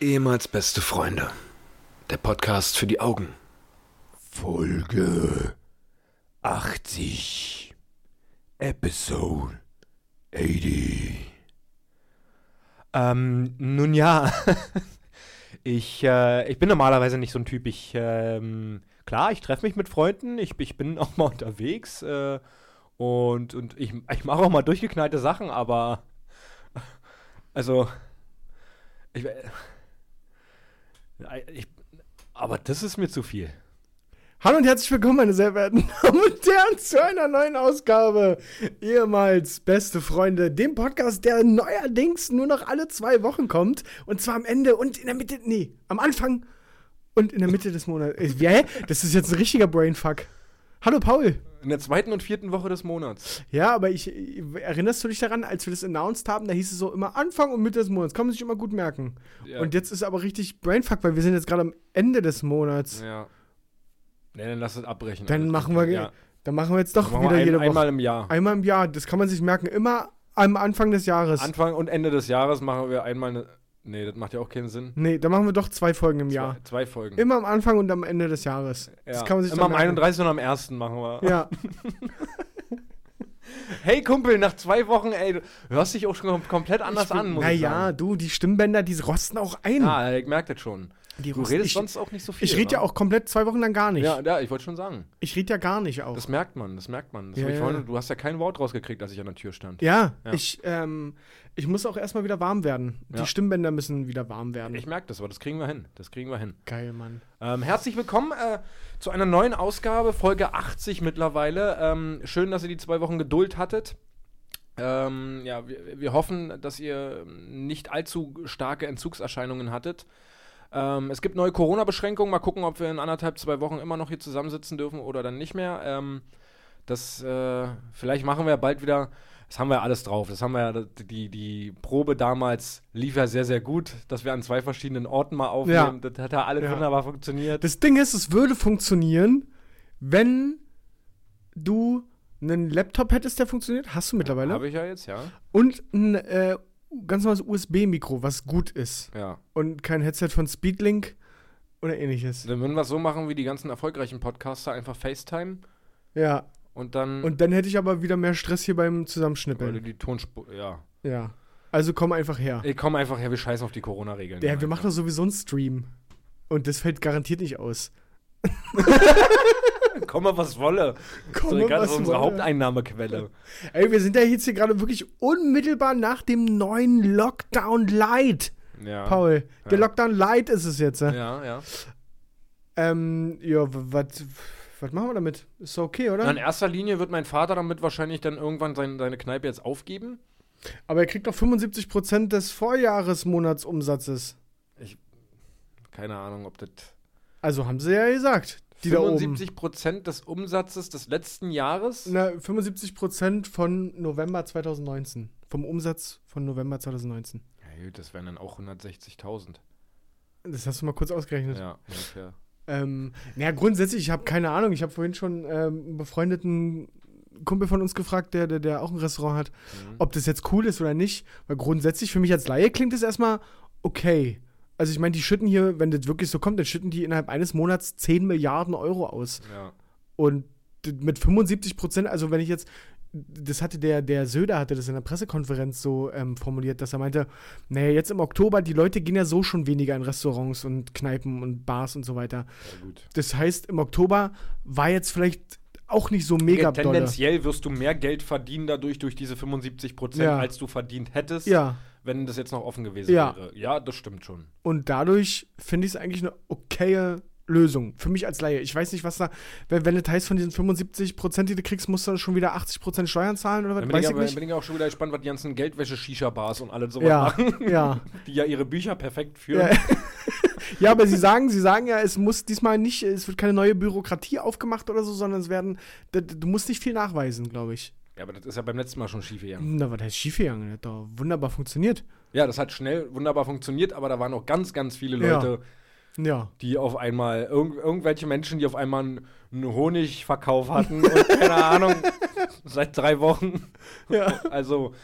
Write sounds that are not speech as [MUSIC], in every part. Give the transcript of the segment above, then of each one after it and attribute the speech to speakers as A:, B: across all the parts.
A: Ehemals beste Freunde. Der Podcast für die Augen.
B: Folge 80. Episode 80.
C: Ähm, nun ja, [LAUGHS] ich, äh, ich bin normalerweise nicht so ein Typ. Ich, ähm, klar, ich treffe mich mit Freunden, ich, ich bin auch mal unterwegs äh, und, und ich, ich mache auch mal durchgeknallte Sachen, aber also, ich, äh, ich, aber das ist mir zu viel.
B: Hallo und herzlich willkommen, meine sehr verehrten [LAUGHS] Damen und Herren, zu einer neuen Ausgabe. Ehemals beste Freunde, dem Podcast, der neuerdings nur noch alle zwei Wochen kommt. Und zwar am Ende und in der Mitte, nee, am Anfang und in der Mitte des Monats. Äh, wie, Hä? Das ist jetzt ein richtiger Brainfuck. Hallo Paul.
C: In der zweiten und vierten Woche des Monats.
B: Ja, aber ich, äh, erinnerst du dich daran, als wir das announced haben, da hieß es so immer Anfang und Mitte des Monats, kann man sich immer gut merken.
C: Ja.
B: Und jetzt ist aber richtig Brainfuck, weil wir sind jetzt gerade am Ende des Monats.
C: Ja. Nee, dann lass es abbrechen. Also,
B: Dann machen wir,
C: ja.
B: dann machen wir jetzt doch
C: Machen
B: wieder
C: wir ein,
B: jede Woche.
C: einmal im Jahr.
B: Einmal im Jahr, das kann man sich merken, immer am Anfang des Jahres.
C: Anfang und Ende des Jahres machen wir einmal eine. Nee, das macht ja auch keinen Sinn.
B: nee, da machen wir doch zwei Folgen im Jahr.
C: Zwei, zwei Folgen.
B: Immer am Anfang und am Ende des Jahres.
C: Ja.
B: Das kann man sich
C: Immer am
B: dann merken.
C: 31. und am 1. machen wir. [LAUGHS]
B: Ja,
C: Hey Kumpel, nach zwei Wochen, ey, du hörst dich auch schon kom- komplett anders an, muss ich
B: naja,
C: sagen.
B: du, die Stimmbänder, die rosten auch ein.
C: Ja, ich merke das schon.
B: die
C: Du
B: rosten-
C: redest
B: ich,
C: sonst auch nicht so viel.
B: Ich rede ja
C: ne?
B: auch komplett zwei Wochen lang gar nicht.
C: Ja, ja, ich wollte schon sagen.
B: Ich rede ja gar nicht auch.
C: Das merkt man, das merkt man. Das
B: Ja,
C: hab ich
B: ja.
C: vorhin, du hast ja kein Wort rausgekriegt, als ich an der Tür stand.
B: ja,
C: Ja.
B: Ich, ähm, ich muss auch erstmal wieder warm werden.
C: Ja.
B: Die Stimmbänder müssen wieder warm werden.
C: Ich merke das, aber das kriegen wir hin. Das kriegen wir hin.
B: Geil, Mann.
C: Ähm, herzlich willkommen äh, zu einer neuen Ausgabe, Folge 80 mittlerweile. Ähm, schön, dass ihr die zwei Wochen Geduld hattet. Ähm, ja, wir, wir hoffen, dass ihr nicht allzu starke Entzugserscheinungen hattet. Ähm, es gibt neue Corona-Beschränkungen. Mal gucken, ob wir in anderthalb, zwei Wochen immer noch hier zusammensitzen dürfen oder dann nicht mehr. Ähm, das äh, vielleicht machen wir bald wieder. Das haben wir ja alles drauf. Das haben wir ja, die, die Probe damals lief ja sehr, sehr gut, dass wir an zwei verschiedenen Orten mal aufnehmen. Das hat ja alles
B: Ja.
C: wunderbar funktioniert.
B: Das Ding ist, es würde funktionieren, wenn du einen Laptop hättest, der funktioniert. Hast du mittlerweile.
C: Habe ich ja jetzt, ja.
B: Und ein äh, ganz normales USB-Mikro, was gut ist.
C: Ja.
B: Und kein Headset von Speedlink oder ähnliches.
C: Dann würden wir es so machen wie die ganzen erfolgreichen Podcaster, einfach FaceTime
B: Ja.
C: und dann
B: Und dann hätte ich aber wieder mehr Stress hier beim
C: weil du
B: Zusammenschnippeln.
C: die Tonspur. Ja.
B: Ja. Also komm einfach her.
C: Ey, komm einfach her, wir scheißen auf die Corona-Regeln.
B: Ja, wir machen doch sowieso einen Stream. Und das fällt garantiert nicht aus.
C: Komme, was wolle.
B: Komm,
C: so, das ist
B: was
C: unsere
B: wolle.
C: Haupteinnahmequelle.
B: Ey, wir sind ja jetzt hier gerade wirklich unmittelbar nach dem neuen Lockdown Light,
C: Ja.
B: Paul. Der
C: Ja.
B: Lockdown Light ist es jetzt. Ja,
C: Ja, ja.
B: ähm, ja was machen wir damit? Ist doch okay, oder?
C: Na, in erster Linie wird mein Vater damit wahrscheinlich dann irgendwann sein, seine Kneipe jetzt aufgeben.
B: Aber er kriegt doch 75% des Vorjahresmonatsumsatzes.
C: Keine Ahnung, ob das.
B: Also haben sie ja gesagt. Die da oben.
C: 75 Prozent des Umsatzes des letzten Jahres.
B: Na, 75% von November 2019. Vom Umsatz von November 2019.
C: Ja, gut, das wären dann auch 160.000.
B: Das hast du mal kurz ausgerechnet.
C: Ja, ungefähr.
B: Ähm, naja, grundsätzlich, ich habe keine Ahnung. Ich habe vorhin schon ähm, einen befreundeten Kumpel von uns gefragt, der, der, der auch ein Restaurant hat,
C: Mhm.
B: ob das jetzt cool ist oder nicht. Weil grundsätzlich für mich als Laie klingt das erstmal okay. Also ich meine, die schütten hier, wenn das wirklich so kommt, dann schütten die innerhalb eines Monats 10 Milliarden Euro aus.
C: Ja.
B: Und d- mit 75 Prozent, also wenn ich jetzt, das hatte der, der Söder hatte das in der Pressekonferenz so ähm, formuliert, dass er meinte, naja, jetzt im Oktober, die Leute gehen ja so schon weniger in Restaurants und Kneipen und Bars und so weiter.
C: ja, gut.
B: Das heißt, im Oktober war jetzt vielleicht auch nicht so mega dolle.
C: Tendenziell wirst du mehr Geld verdienen dadurch, durch diese 75 Prozent,
B: Ja.
C: als du verdient hättest,
B: Ja,
C: wenn das jetzt noch offen gewesen
B: Ja.
C: wäre. Ja, das stimmt schon.
B: und dadurch finde ich es eigentlich eine okaye Lösung. Für mich als Laie. Ich weiß nicht, was da, wenn, wenn das heißt, von diesen 75 Prozent, die du kriegst, musst du schon wieder 80 Prozent Steuern zahlen oder was?
C: Dann bin,
B: Weiß
C: ich,
B: ich
C: aber,
B: nicht.
C: bin ich auch schon wieder gespannt, was die ganzen Geldwäsche-Shisha-Bars und alle sowas
B: Ja,
C: machen, [LAUGHS]
B: ja.
C: die ja ihre Bücher perfekt führen.
B: Ja. [LAUGHS] Ja, aber sie sagen, sie sagen ja, es muss diesmal nicht, es wird keine neue Bürokratie aufgemacht oder so, sondern es werden, d- d- du musst nicht viel nachweisen, glaube ich.
C: Ja, aber das ist ja beim letzten Mal schon schief gegangen.
B: Na, was heißt schiefgegangen? Das hat doch wunderbar funktioniert.
C: Ja, das hat schnell wunderbar funktioniert, aber da waren auch ganz, ganz viele
B: Ja.
C: Leute,
B: Ja.
C: die auf einmal, irgend, irgendwelche Menschen, die auf einmal einen, einen
B: [LAUGHS]
C: Honigverkauf hatten und keine Ahnung, seit drei Wochen.
B: Ja.
C: Also,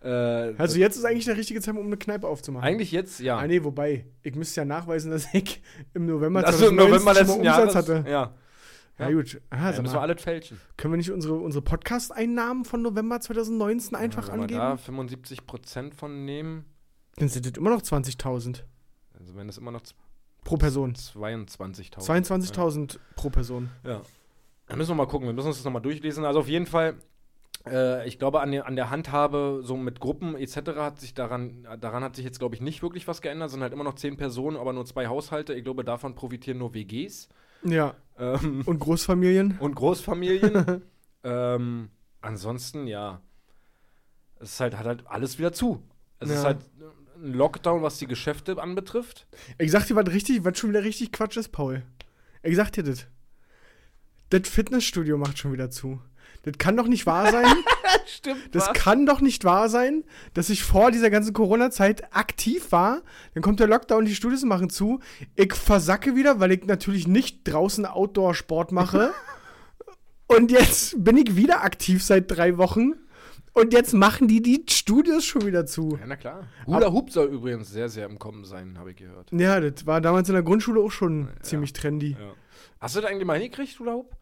C: Äh,
B: Also jetzt ist eigentlich der richtige Zeitpunkt, um eine Kneipe aufzumachen.
C: eigentlich jetzt, ja.
B: Ah, nee, wobei, ich müsste ja nachweisen, dass ich im November
C: Also im
B: 2019
C: November
B: schon mal
C: letzten Jahres.
B: Umsatz hatte.
C: Ja.
B: Ja, gut. Aha,
C: ja,
B: sag
C: müssen wir
B: mal,
C: alle fälschen.
B: können wir nicht unsere, unsere Podcast-Einnahmen von November 2019 einfach
C: Also Wenn wir
B: angeben?
C: da 75% von nehmen,
B: Dann sind das immer noch 20.000
C: also wenn es immer noch z-
B: pro Person.
C: 22.000.
B: 22.000 pro Person.
C: Ja. Da müssen wir mal gucken, wir müssen uns das nochmal durchlesen. Also auf jeden Fall, äh, ich glaube, an, der- an der Handhabe, so mit Gruppen etc., hat sich daran, daran hat sich jetzt, glaube ich, nicht wirklich was geändert. Sind halt immer noch zehn Personen, aber nur zwei Haushalte. Ich glaube, davon profitieren nur WGs
B: Ja.
C: ähm,
B: Und Großfamilien?
C: und
B: [LAUGHS]
C: Großfamilien. ähm, ansonsten, ja. Es ist halt, hat halt alles wieder zu. Es ist
B: Ja.
C: halt ein Lockdown, was die Geschäfte anbetrifft.
B: Ich sag dir, was richtig, was schon wieder richtig Quatsch ist, Paul. Ich sag dir das. Das Fitnessstudio macht schon wieder zu. Das kann doch nicht wahr sein.
C: Stimmt.
B: Das kann doch nicht wahr sein, dass ich vor dieser ganzen Corona-Zeit aktiv war. Dann kommt der Lockdown, die Studios machen zu. Ich versacke wieder, weil ich natürlich nicht draußen Outdoor-Sport mache. Und jetzt bin ich wieder aktiv seit drei Wochen. Und jetzt machen die die Studios schon wieder zu.
C: Ja, na klar. Hula Hoop soll übrigens sehr, sehr im Kommen sein, habe ich gehört.
B: Ja, das war damals in der Grundschule auch schon ziemlich trendy.
C: Ja. Hast du das eigentlich mal hingekriegt, Hula Hoop?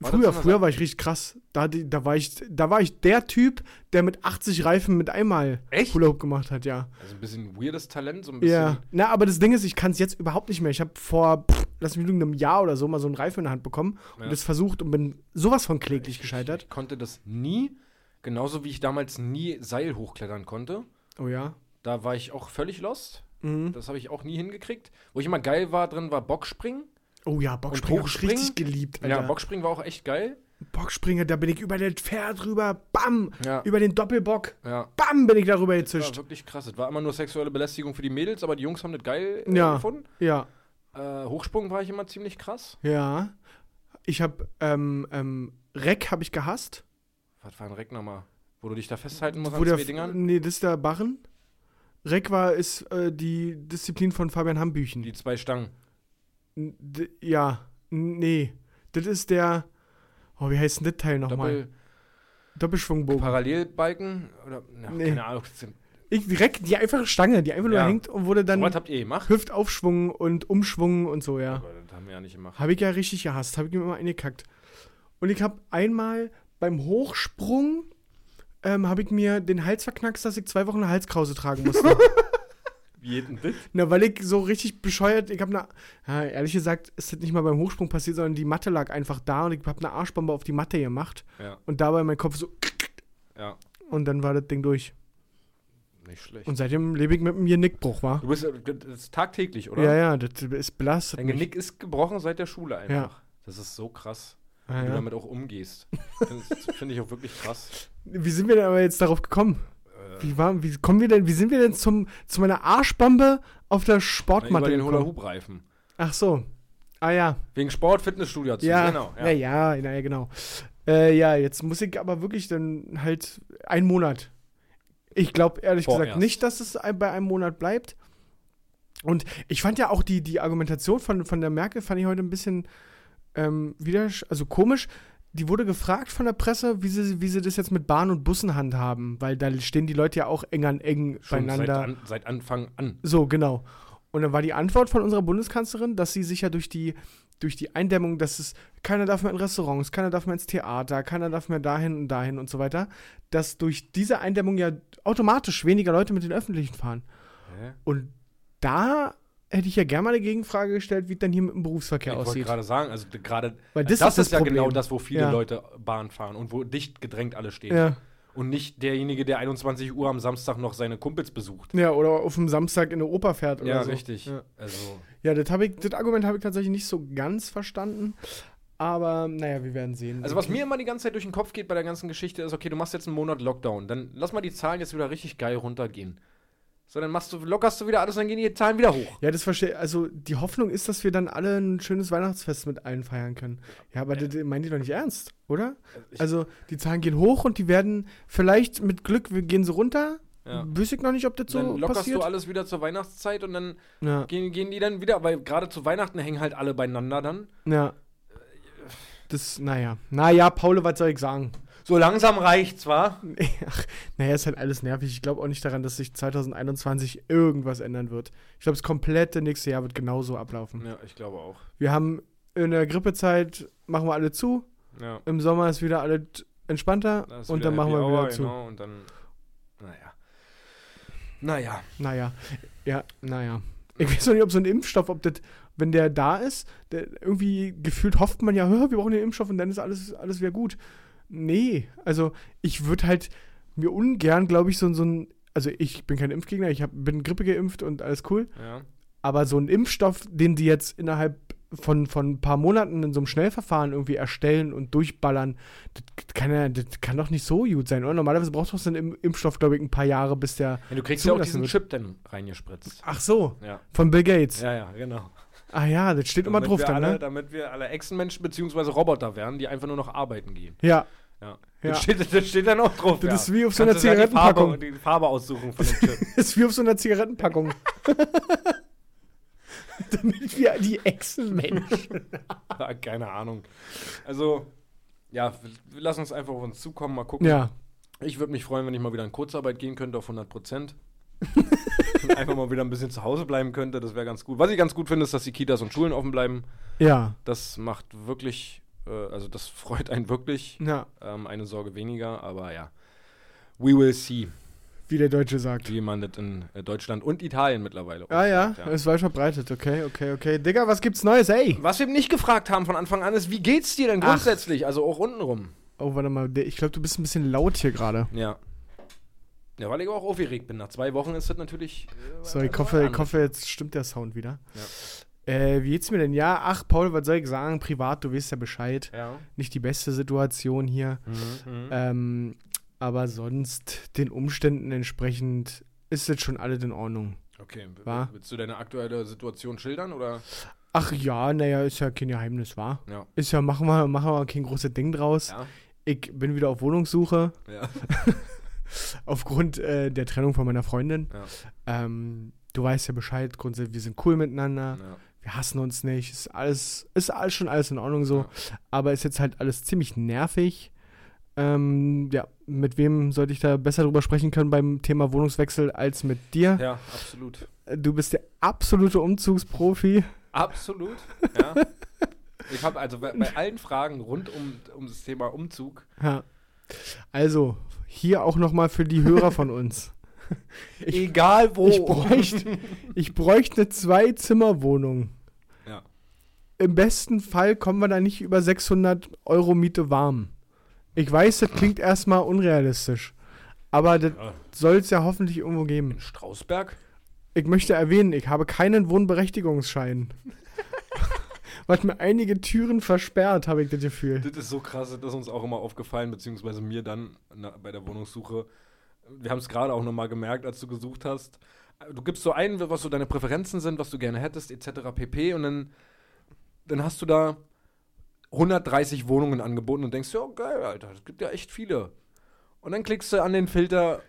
C: War das
B: Früher,
C: so eine
B: früher war ich richtig krass. Da, hatte- da, war ich, da war ich der Typ, der mit 80 Reifen mit einmal
C: Echt?
B: Hula Hoop gemacht hat, ja.
C: Sache? Also ein bisschen weirdes Talent, so ein bisschen.
B: Ja, na, aber das Ding ist, ich kann es jetzt überhaupt nicht mehr. Ich habe vor, pff, lass mich lügen, einem Jahr oder so mal so einen Reifen in der Hand bekommen
C: Ja.
B: und das versucht und bin sowas von kläglich
C: Ich,
B: gescheitert.
C: ich konnte das nie, genauso wie ich damals nie Seil hochklettern konnte.
B: Oh ja.
C: Da war ich auch völlig lost.
B: Mhm.
C: Das habe ich auch nie hingekriegt. Wo ich immer geil war drin, war Bockspringen.
B: Oh ja, Bockspringer hab ich
C: hochspringen?
B: richtig geliebt, Alter.
C: Ja, Bockspringen war auch echt geil.
B: Bockspringer, da bin ich über den Pferd rüber, bam,
C: Ja.
B: über den Doppelbock,
C: Ja.
B: bam, bin ich darüber
C: War
B: gezischt.
C: wirklich krass. Es war immer nur sexuelle Belästigung für die Mädels, aber die Jungs haben das geil äh,
B: Ja.
C: gefunden.
B: Ja,
C: Äh, Hochsprung war ich immer ziemlich krass.
B: ja. Ich habe ähm, ähm, Reck habe ich gehasst.
C: Was war ein Reck nochmal? Wo du dich da festhalten musst
B: Wo
C: an
B: der,
C: zwei Dingern?
B: nee, das ist der Barren. Reck war, ist äh, die Disziplin von Fabian Hambüchen.
C: Die zwei Stangen.
B: N- d- Ja, n- nee. Das ist der. Oh, wie heißt denn das Teil nochmal?
C: Doppel
B: Doppelschwungbogen.
C: Parallelbalken? Oder, ja,
B: Nee.
C: keine Ahnung. Das sind-
B: Ich direkt die einfache Stange, die einfach nur
C: Ja.
B: hängt und wurde dann
C: Sowas habt ihr gemacht?
B: Hüftaufschwung und Umschwung und so, ja.
C: Aber Das haben wir ja nicht gemacht.
B: Habe ich ja richtig gehasst, habe ich mir immer eingekackt. Und ich habe einmal beim Hochsprung ähm, habe ich mir den Hals verknackst, dass ich zwei Wochen eine Halskrause tragen musste.
C: [LAUGHS] Wie jeden das?
B: Na, weil ich so richtig bescheuert, ich habe eine, ja, ehrlich gesagt, ist das nicht mal beim Hochsprung passiert, sondern die Matte lag einfach da und ich habe eine Arschbombe auf die Matte gemacht.
C: Ja,
B: Und dabei mein Kopf so.
C: ja.
B: Und dann war das Ding durch.
C: Nicht schlecht.
B: Und seitdem lebe ich mit mir Genickbruch, wa?
C: du bist äh, das ist tagtäglich, oder?
B: Ja, ja, das ist belastet.
C: Dein
B: mich.
C: Genick ist gebrochen seit der Schule einfach.
B: Ja.
C: Das ist so krass, wie
B: Ah,
C: du
B: ja.
C: damit auch
B: [LAUGHS]
C: umgehst. Das finde ich auch wirklich krass.
B: Wie sind wir denn aber jetzt darauf gekommen?
C: Äh,
B: Wie, war, wie kommen wir denn, wie sind wir denn zum, zu meiner Arschbombe auf der
C: über
B: Sportmatte
C: den
B: gekommen?
C: Hula-Hoop-Reifen.
B: Ach so. Ah ja.
C: Wegen Sport, Fitnessstudio hat's-
B: Ja,
C: genau.
B: ja, ja, na ja, genau. Äh, ja, jetzt muss ich aber wirklich dann halt einen Monat. Ich glaube ehrlich
C: Vorerst.
B: gesagt nicht, dass es ein- bei einem Monat bleibt. Und ich fand ja auch die, die Argumentation von, von der Merkel, fand ich heute ein bisschen ähm, wieder, also komisch. Die wurde gefragt von der Presse, wie sie, wie sie das jetzt mit Bahn und Bussen handhaben, weil da stehen die Leute ja auch eng an eng
C: Schon seit,
B: beieinander.
C: an, seit Anfang an.
B: So, genau. Und dann war die Antwort von unserer Bundeskanzlerin, dass sie sich ja durch die, durch die Eindämmung, dass es keiner darf mehr in Restaurants, keiner darf mehr ins Theater, keiner darf mehr dahin und dahin und so weiter, dass durch diese Eindämmung ja automatisch weniger Leute mit den Öffentlichen fahren.
C: Hä?
B: Und da hätte ich ja gerne mal eine Gegenfrage gestellt, wie es dann hier mit dem Berufsverkehr
C: ich wollte
B: aussieht.
C: gerade sagen, also d- gerade
B: Weil
C: das,
B: das
C: das
B: ist das
C: ist ja
B: Problem.
C: genau das, wo viele
B: Ja.
C: Leute Bahn fahren und wo dicht gedrängt alle stehen.
B: Ja.
C: Und nicht derjenige, der 21 Uhr am Samstag noch seine Kumpels besucht.
B: ja, oder auf dem Samstag in der Oper fährt oder
C: Ja,
B: so.
C: richtig.
B: Ja.
C: Also,
B: Ja, das, hab ich, das Argument habe ich tatsächlich nicht so ganz verstanden. Aber naja, wir werden sehen.
C: also, was mir immer die ganze Zeit durch den Kopf geht bei der ganzen Geschichte, ist, okay, du machst jetzt einen Monat Lockdown, dann lass mal die Zahlen jetzt wieder richtig geil runtergehen. So, dann machst du, lockerst du wieder alles, dann gehen die Zahlen wieder hoch.
B: Ja, das verstehe Also die Hoffnung ist, dass wir dann alle ein schönes Weihnachtsfest mit allen feiern können. Ja, aber das meint ihr doch nicht ernst, oder?
C: ich-
B: Also die Zahlen gehen hoch und die werden vielleicht mit Glück, wir gehen so runter.
C: Ja.
B: Wüsste ich noch nicht, ob das so
C: dann lockerst
B: passiert.
C: du alles wieder zur Weihnachtszeit und dann
B: ja.
C: gehen, gehen die dann wieder, weil gerade zu Weihnachten hängen halt alle beieinander dann.
B: ja. Das, naja. Naja, Paul, was soll ich sagen? [LAUGHS]
C: So langsam reicht's, wa?
B: Ach, naja, ist halt alles nervig. Ich glaube auch nicht daran, dass sich 2021 irgendwas ändern wird. Ich glaube, das komplette nächste Jahr wird genauso ablaufen.
C: Ja, ich glaube auch.
B: Wir haben in der Grippezeit, machen wir alle zu.
C: Ja.
B: Im Sommer ist wieder alles entspannter.
C: Da ist
B: Und dann machen
C: Happy
B: wir wieder
C: Hour,
B: zu.
C: Genau, und dann, naja. Naja.
B: Naja, ja, naja. Ich weiß noch nicht, ob so ein Impfstoff, ob das, wenn der da ist, der, irgendwie gefühlt hofft man ja, [LAUGHS] "Hö, wir brauchen den Impfstoff und dann ist alles, alles wieder gut. Nee, also ich würde halt mir ungern, glaube ich, so, ein- so ein, also ich bin kein Impfgegner, ich hab, bin Grippe geimpft und alles cool,
C: Ja.
B: aber so ein Impfstoff, den die jetzt innerhalb von, von ein paar Monaten in so einem Schnellverfahren irgendwie erstellen und durchballern, das kann, ja, das kann doch nicht so gut sein, oder? Normalerweise braucht doch so ein Im- Impfstoff, glaube ich, ein paar Jahre, bis der,
C: ja. Du kriegst ja auch diesen
B: Zugelassen wird.
C: Chip dann reingespritzt.
B: ach so,
C: Ja.
B: von Bill Gates.
C: Ja, ja, genau.
B: Ah ja, das steht immer
C: Damit
B: drauf
C: wir
B: dann,
C: alle,
B: ne?
C: Damit wir alle Echsenmenschen bzw. Roboter werden, die einfach nur noch arbeiten gehen.
B: Ja. [LAUGHS]
C: Ja.
B: Ja.
C: Das, steht, das steht dann auch drauf.
B: Das
C: ja.
B: ist wie auf so
C: Kannst
B: einer
C: du dann
B: Zigarettenpackung.
C: Die Farbe, die Farbe aussuchen von dem
B: [LAUGHS]
C: Chip.
B: Das ist wie auf so einer Zigarettenpackung. [LAUGHS] Damit wir die Echsenmenschen.
C: Ja, Keine Ahnung. Also, ja, wir, wir lassen uns einfach auf uns zukommen, mal gucken.
B: Ja.
C: Ich würde mich freuen, wenn ich mal wieder in Kurzarbeit gehen könnte auf 100
B: [LAUGHS]
C: Prozent. einfach mal wieder ein bisschen zu Hause bleiben könnte, das wäre ganz gut. Was ich ganz gut finde, ist, dass die Kitas und Schulen offen bleiben.
B: Ja.
C: Das macht wirklich, äh, also das [LAUGHS] freut einen wirklich.
B: Ja.
C: Ähm, eine Sorge weniger, aber ja. We will see,
B: Wie der Deutsche sagt.
C: wie man das in äh, Deutschland und Italien mittlerweile
B: Ah ja,
C: umsetzt, ja.
B: ist weit verbreitet. Okay, okay, okay. Digga, was gibt's Neues? Ey.
C: Was wir eben nicht gefragt haben von Anfang an ist, wie geht's dir denn
B: Ach.
C: grundsätzlich? Also auch untenrum.
B: Oh, warte mal. der- Ich glaube, du bist ein bisschen laut hier gerade.
C: Ja. Ja, weil ich auch aufgeregt bin. Nach zwei Wochen ist das natürlich. äh,
B: So, ich
C: was
B: hoffe, ich
C: anderes.
B: hoffe, jetzt stimmt der Sound wieder. Äh, wie geht's mir denn? Ja, ach, Paul, was soll ich sagen? Privat, du weißt ja Bescheid.
C: Ja.
B: Nicht die beste Situation hier.
C: Mhm.
B: Ähm, aber sonst den Umständen entsprechend ist jetzt schon alles in Ordnung.
C: Okay, w-
B: War?
C: willst du deine aktuelle Situation schildern oder?
B: Ach ja, naja, ist ja kein Geheimnis, war.
C: Ja.
B: Ist ja, machen wir, machen wir kein großes Ding draus.
C: Ja.
B: Ich bin wieder auf Wohnungssuche
C: ja.
B: aufgrund äh, der Trennung von meiner Freundin.
C: Ja.
B: Ähm, du weißt ja Bescheid, grundsätzlich, wir sind cool miteinander,
C: ja.
B: wir hassen uns nicht, ist alles, ist alles schon alles in Ordnung so.
C: Ja.
B: Aber ist jetzt halt alles ziemlich nervig. Ähm, ja, mit wem sollte ich da besser drüber sprechen können beim Thema Wohnungswechsel als mit dir?
C: ja, absolut.
B: Du bist der absolute Umzugsprofi.
C: Absolut. Ja. Ich habe also bei, bei allen Fragen rund um, um das Thema Umzug.
B: Ja. Also, hier auch nochmal für die Hörer von uns. Ich-
C: Egal wo.
B: Ich bräuchte, ich bräuchte eine Zwei-Zimmer-Wohnung.
C: Ja.
B: Im besten Fall kommen wir da nicht über 600 Euro Miete warm. Ich weiß, das klingt erstmal unrealistisch. Aber das
C: Ja.
B: soll es ja hoffentlich irgendwo geben.
C: In Strausberg?
B: Ich möchte erwähnen, ich habe keinen Wohnberechtigungsschein. [LAUGHS] Was mir einige Türen versperrt, habe ich das Gefühl.
C: Das ist so krass, das ist uns auch immer aufgefallen, beziehungsweise mir dann na, bei der Wohnungssuche. Wir haben es gerade auch nochmal gemerkt, als du gesucht hast. Du gibst so ein, was so deine Präferenzen sind, was du gerne hättest, etc. pp. Und dann, dann hast du da 130 Wohnungen angeboten und denkst, ja, geil, Alter, es gibt ja echt viele. Und dann klickst du an den Filter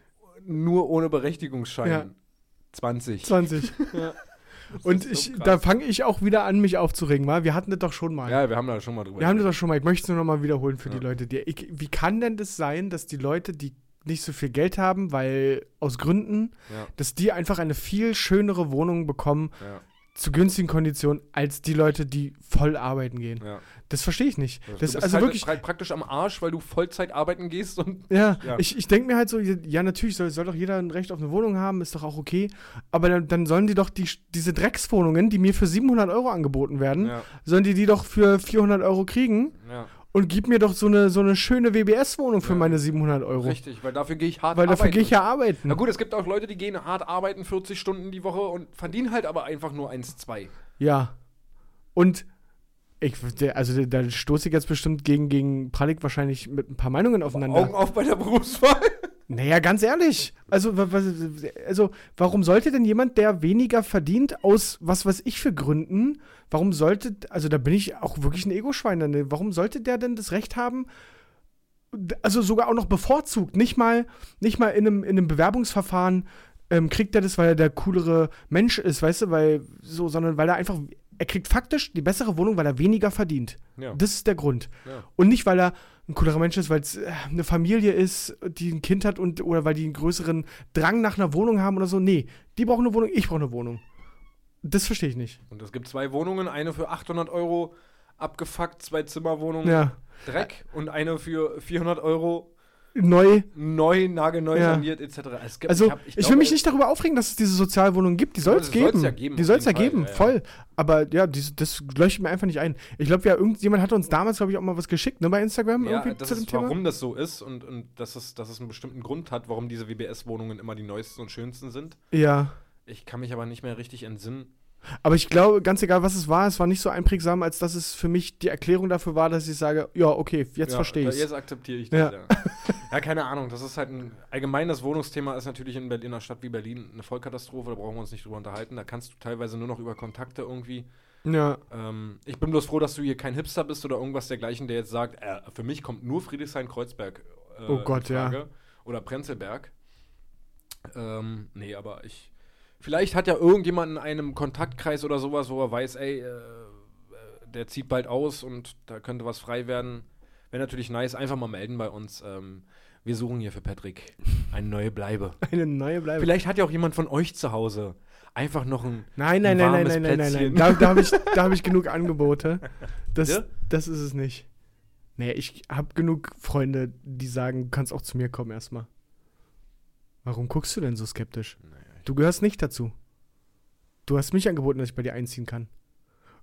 C: nur ohne Berechtigungsschein.
B: Ja.
C: 20.
B: 20. Und ich, da fange ich auch wieder an, mich aufzuregen, weil wir hatten das doch schon mal.
C: Ja, wir haben da schon mal drüber
B: wir haben das
C: geredet.
B: doch schon mal. Ich möchte es nur noch mal wiederholen für
C: Ja.
B: die Leute. Die, ich, wie kann denn das sein, dass die Leute, die nicht so viel Geld haben, weil aus Gründen,
C: Ja.
B: dass die einfach eine viel schönere Wohnung bekommen
C: Ja,
B: zu günstigen Konditionen als die Leute, die voll arbeiten gehen?
C: ja.
B: Das verstehe ich nicht.
C: Du
B: Das
C: bist
B: ist also
C: halt
B: wirklich.
C: pra- praktisch am Arsch, weil du Vollzeit arbeiten gehst und
B: Ja,
C: Ja.
B: ich, ich denke mir halt so, ja, natürlich soll, soll doch jeder ein Recht auf eine Wohnung haben, ist doch auch okay. Aber dann, dann sollen die doch die, diese Dreckswohnungen, die mir für 700 Euro angeboten werden,
C: Ja.
B: sollen die die doch für 400 Euro kriegen
C: Ja,
B: und gib mir doch so eine, so eine schöne WBS-Wohnung für
C: Ja.
B: meine 700 Euro.
C: richtig, weil dafür gehe ich hart
B: Weil dafür
C: arbeiten.
B: gehe ich ja arbeiten.
C: Na gut, es gibt auch Leute, die gehen hart arbeiten, 40 Stunden die Woche und verdienen halt aber einfach nur 1,2.
B: Ja. Und ich, der- also da stoße ich jetzt bestimmt gegen, gegen Pralik wahrscheinlich mit ein paar Meinungen aufeinander.
C: Augen auf bei der Berufswahl.
B: Naja, ganz ehrlich. Also, wa- was- also, warum sollte denn jemand, der weniger verdient, aus was weiß ich für Gründen, warum sollte, also da bin ich auch wirklich ein Ego-Schwein, dann, warum sollte der denn das Recht haben, d- also sogar auch noch bevorzugt, nicht mal, nicht mal in einem, in einem Bewerbungsverfahren ähm, kriegt er das, weil er der coolere Mensch ist, weißt du, weil so, sondern weil er einfach Er kriegt faktisch die bessere Wohnung, weil er weniger verdient.
C: Ja.
B: Das ist der Grund.
C: Ja.
B: Und nicht, weil er ein coolerer Mensch ist, weil es äh, eine Familie ist, die ein Kind hat und oder weil die einen größeren Drang nach einer Wohnung haben oder so. Nee, die brauchen eine Wohnung, ich brauche eine Wohnung. Das verstehe ich nicht.
C: Und es gibt zwei Wohnungen, eine für 800 Euro abgefuckt, zwei Zimmerwohnungen
B: Ja.
C: Dreck und eine für 400 Euro
B: Neu.
C: neu, nagelneu
B: Ja.
C: saniert etc. Es gibt,
B: Also, ich,
C: hab-
B: will
C: glaube,
B: mich nicht darüber aufregen, dass es diese Sozialwohnungen gibt. Die
C: Ja,
B: soll
C: das
B: es
C: soll's
B: geben.
C: ja geben,
B: Die
C: auf
B: soll es ja
C: jeden Fall,
B: geben,
C: ja, ja.
B: voll. Aber ja, dies, das leuchtet mir einfach nicht ein. Ich glaube, ja, irgendjemand hat uns damals, glaube ich, auch mal was geschickt, ne, bei Instagram
C: Ja,
B: irgendwie
C: das
B: zu dem
C: ist,
B: Thema.
C: warum das so ist und, und dass, es, dass es einen bestimmten Grund hat, warum diese WBS-Wohnungen immer die neuesten und schönsten sind.
B: Ja.
C: Ich kann mich aber nicht mehr richtig entsinnen.
B: Aber ich glaube, ganz egal, was es war, es war nicht so einprägsam, als dass es für mich die Erklärung dafür war, dass ich sage, ja, okay, jetzt
C: Ja,
B: verstehe ich
C: Jetzt akzeptiere ich
B: Ja.
C: das. Ja. ja, keine Ahnung. Das ist halt ein allgemein das Wohnungsthema ist natürlich in Berlin, einer Stadt wie Berlin eine Vollkatastrophe. Da brauchen wir uns nicht drüber unterhalten. Da kannst du teilweise nur noch über Kontakte irgendwie.
B: Ja,
C: Ähm, ich bin bloß froh, dass du hier kein Hipster bist oder irgendwas dergleichen, der jetzt sagt, äh, für mich kommt nur Friedrichshain-Kreuzberg. Äh,
B: Oh Gott,
C: in
B: ja.
C: Oder Prenzlberg. Ähm, nee, aber ich. Vielleicht hat ja irgendjemand in einem Kontaktkreis oder sowas, wo er weiß, ey, äh, der zieht bald aus und da könnte was frei werden. Wäre natürlich nice, einfach mal melden bei uns. Ähm, wir suchen hier für Patrick eine neue
B: [LAUGHS]
C: Bleibe.
B: eine neue Bleibe.
C: Vielleicht hat ja auch jemand von euch zu Hause einfach noch ein.
B: Nein, nein,
C: ein
B: nein, nein,
C: warmes
B: nein, nein, nein,
C: Plätzchen.
B: nein. Da, da
C: [LAUGHS]
B: habe ich, da hab ich genug Angebote. Das,
C: Ja?
B: das ist es nicht. Nee, ich habe genug Freunde, die sagen, du kannst auch zu mir kommen erstmal. Warum guckst du denn so skeptisch? Du gehörst nicht dazu. Du hast mich angeboten, dass ich bei dir einziehen kann.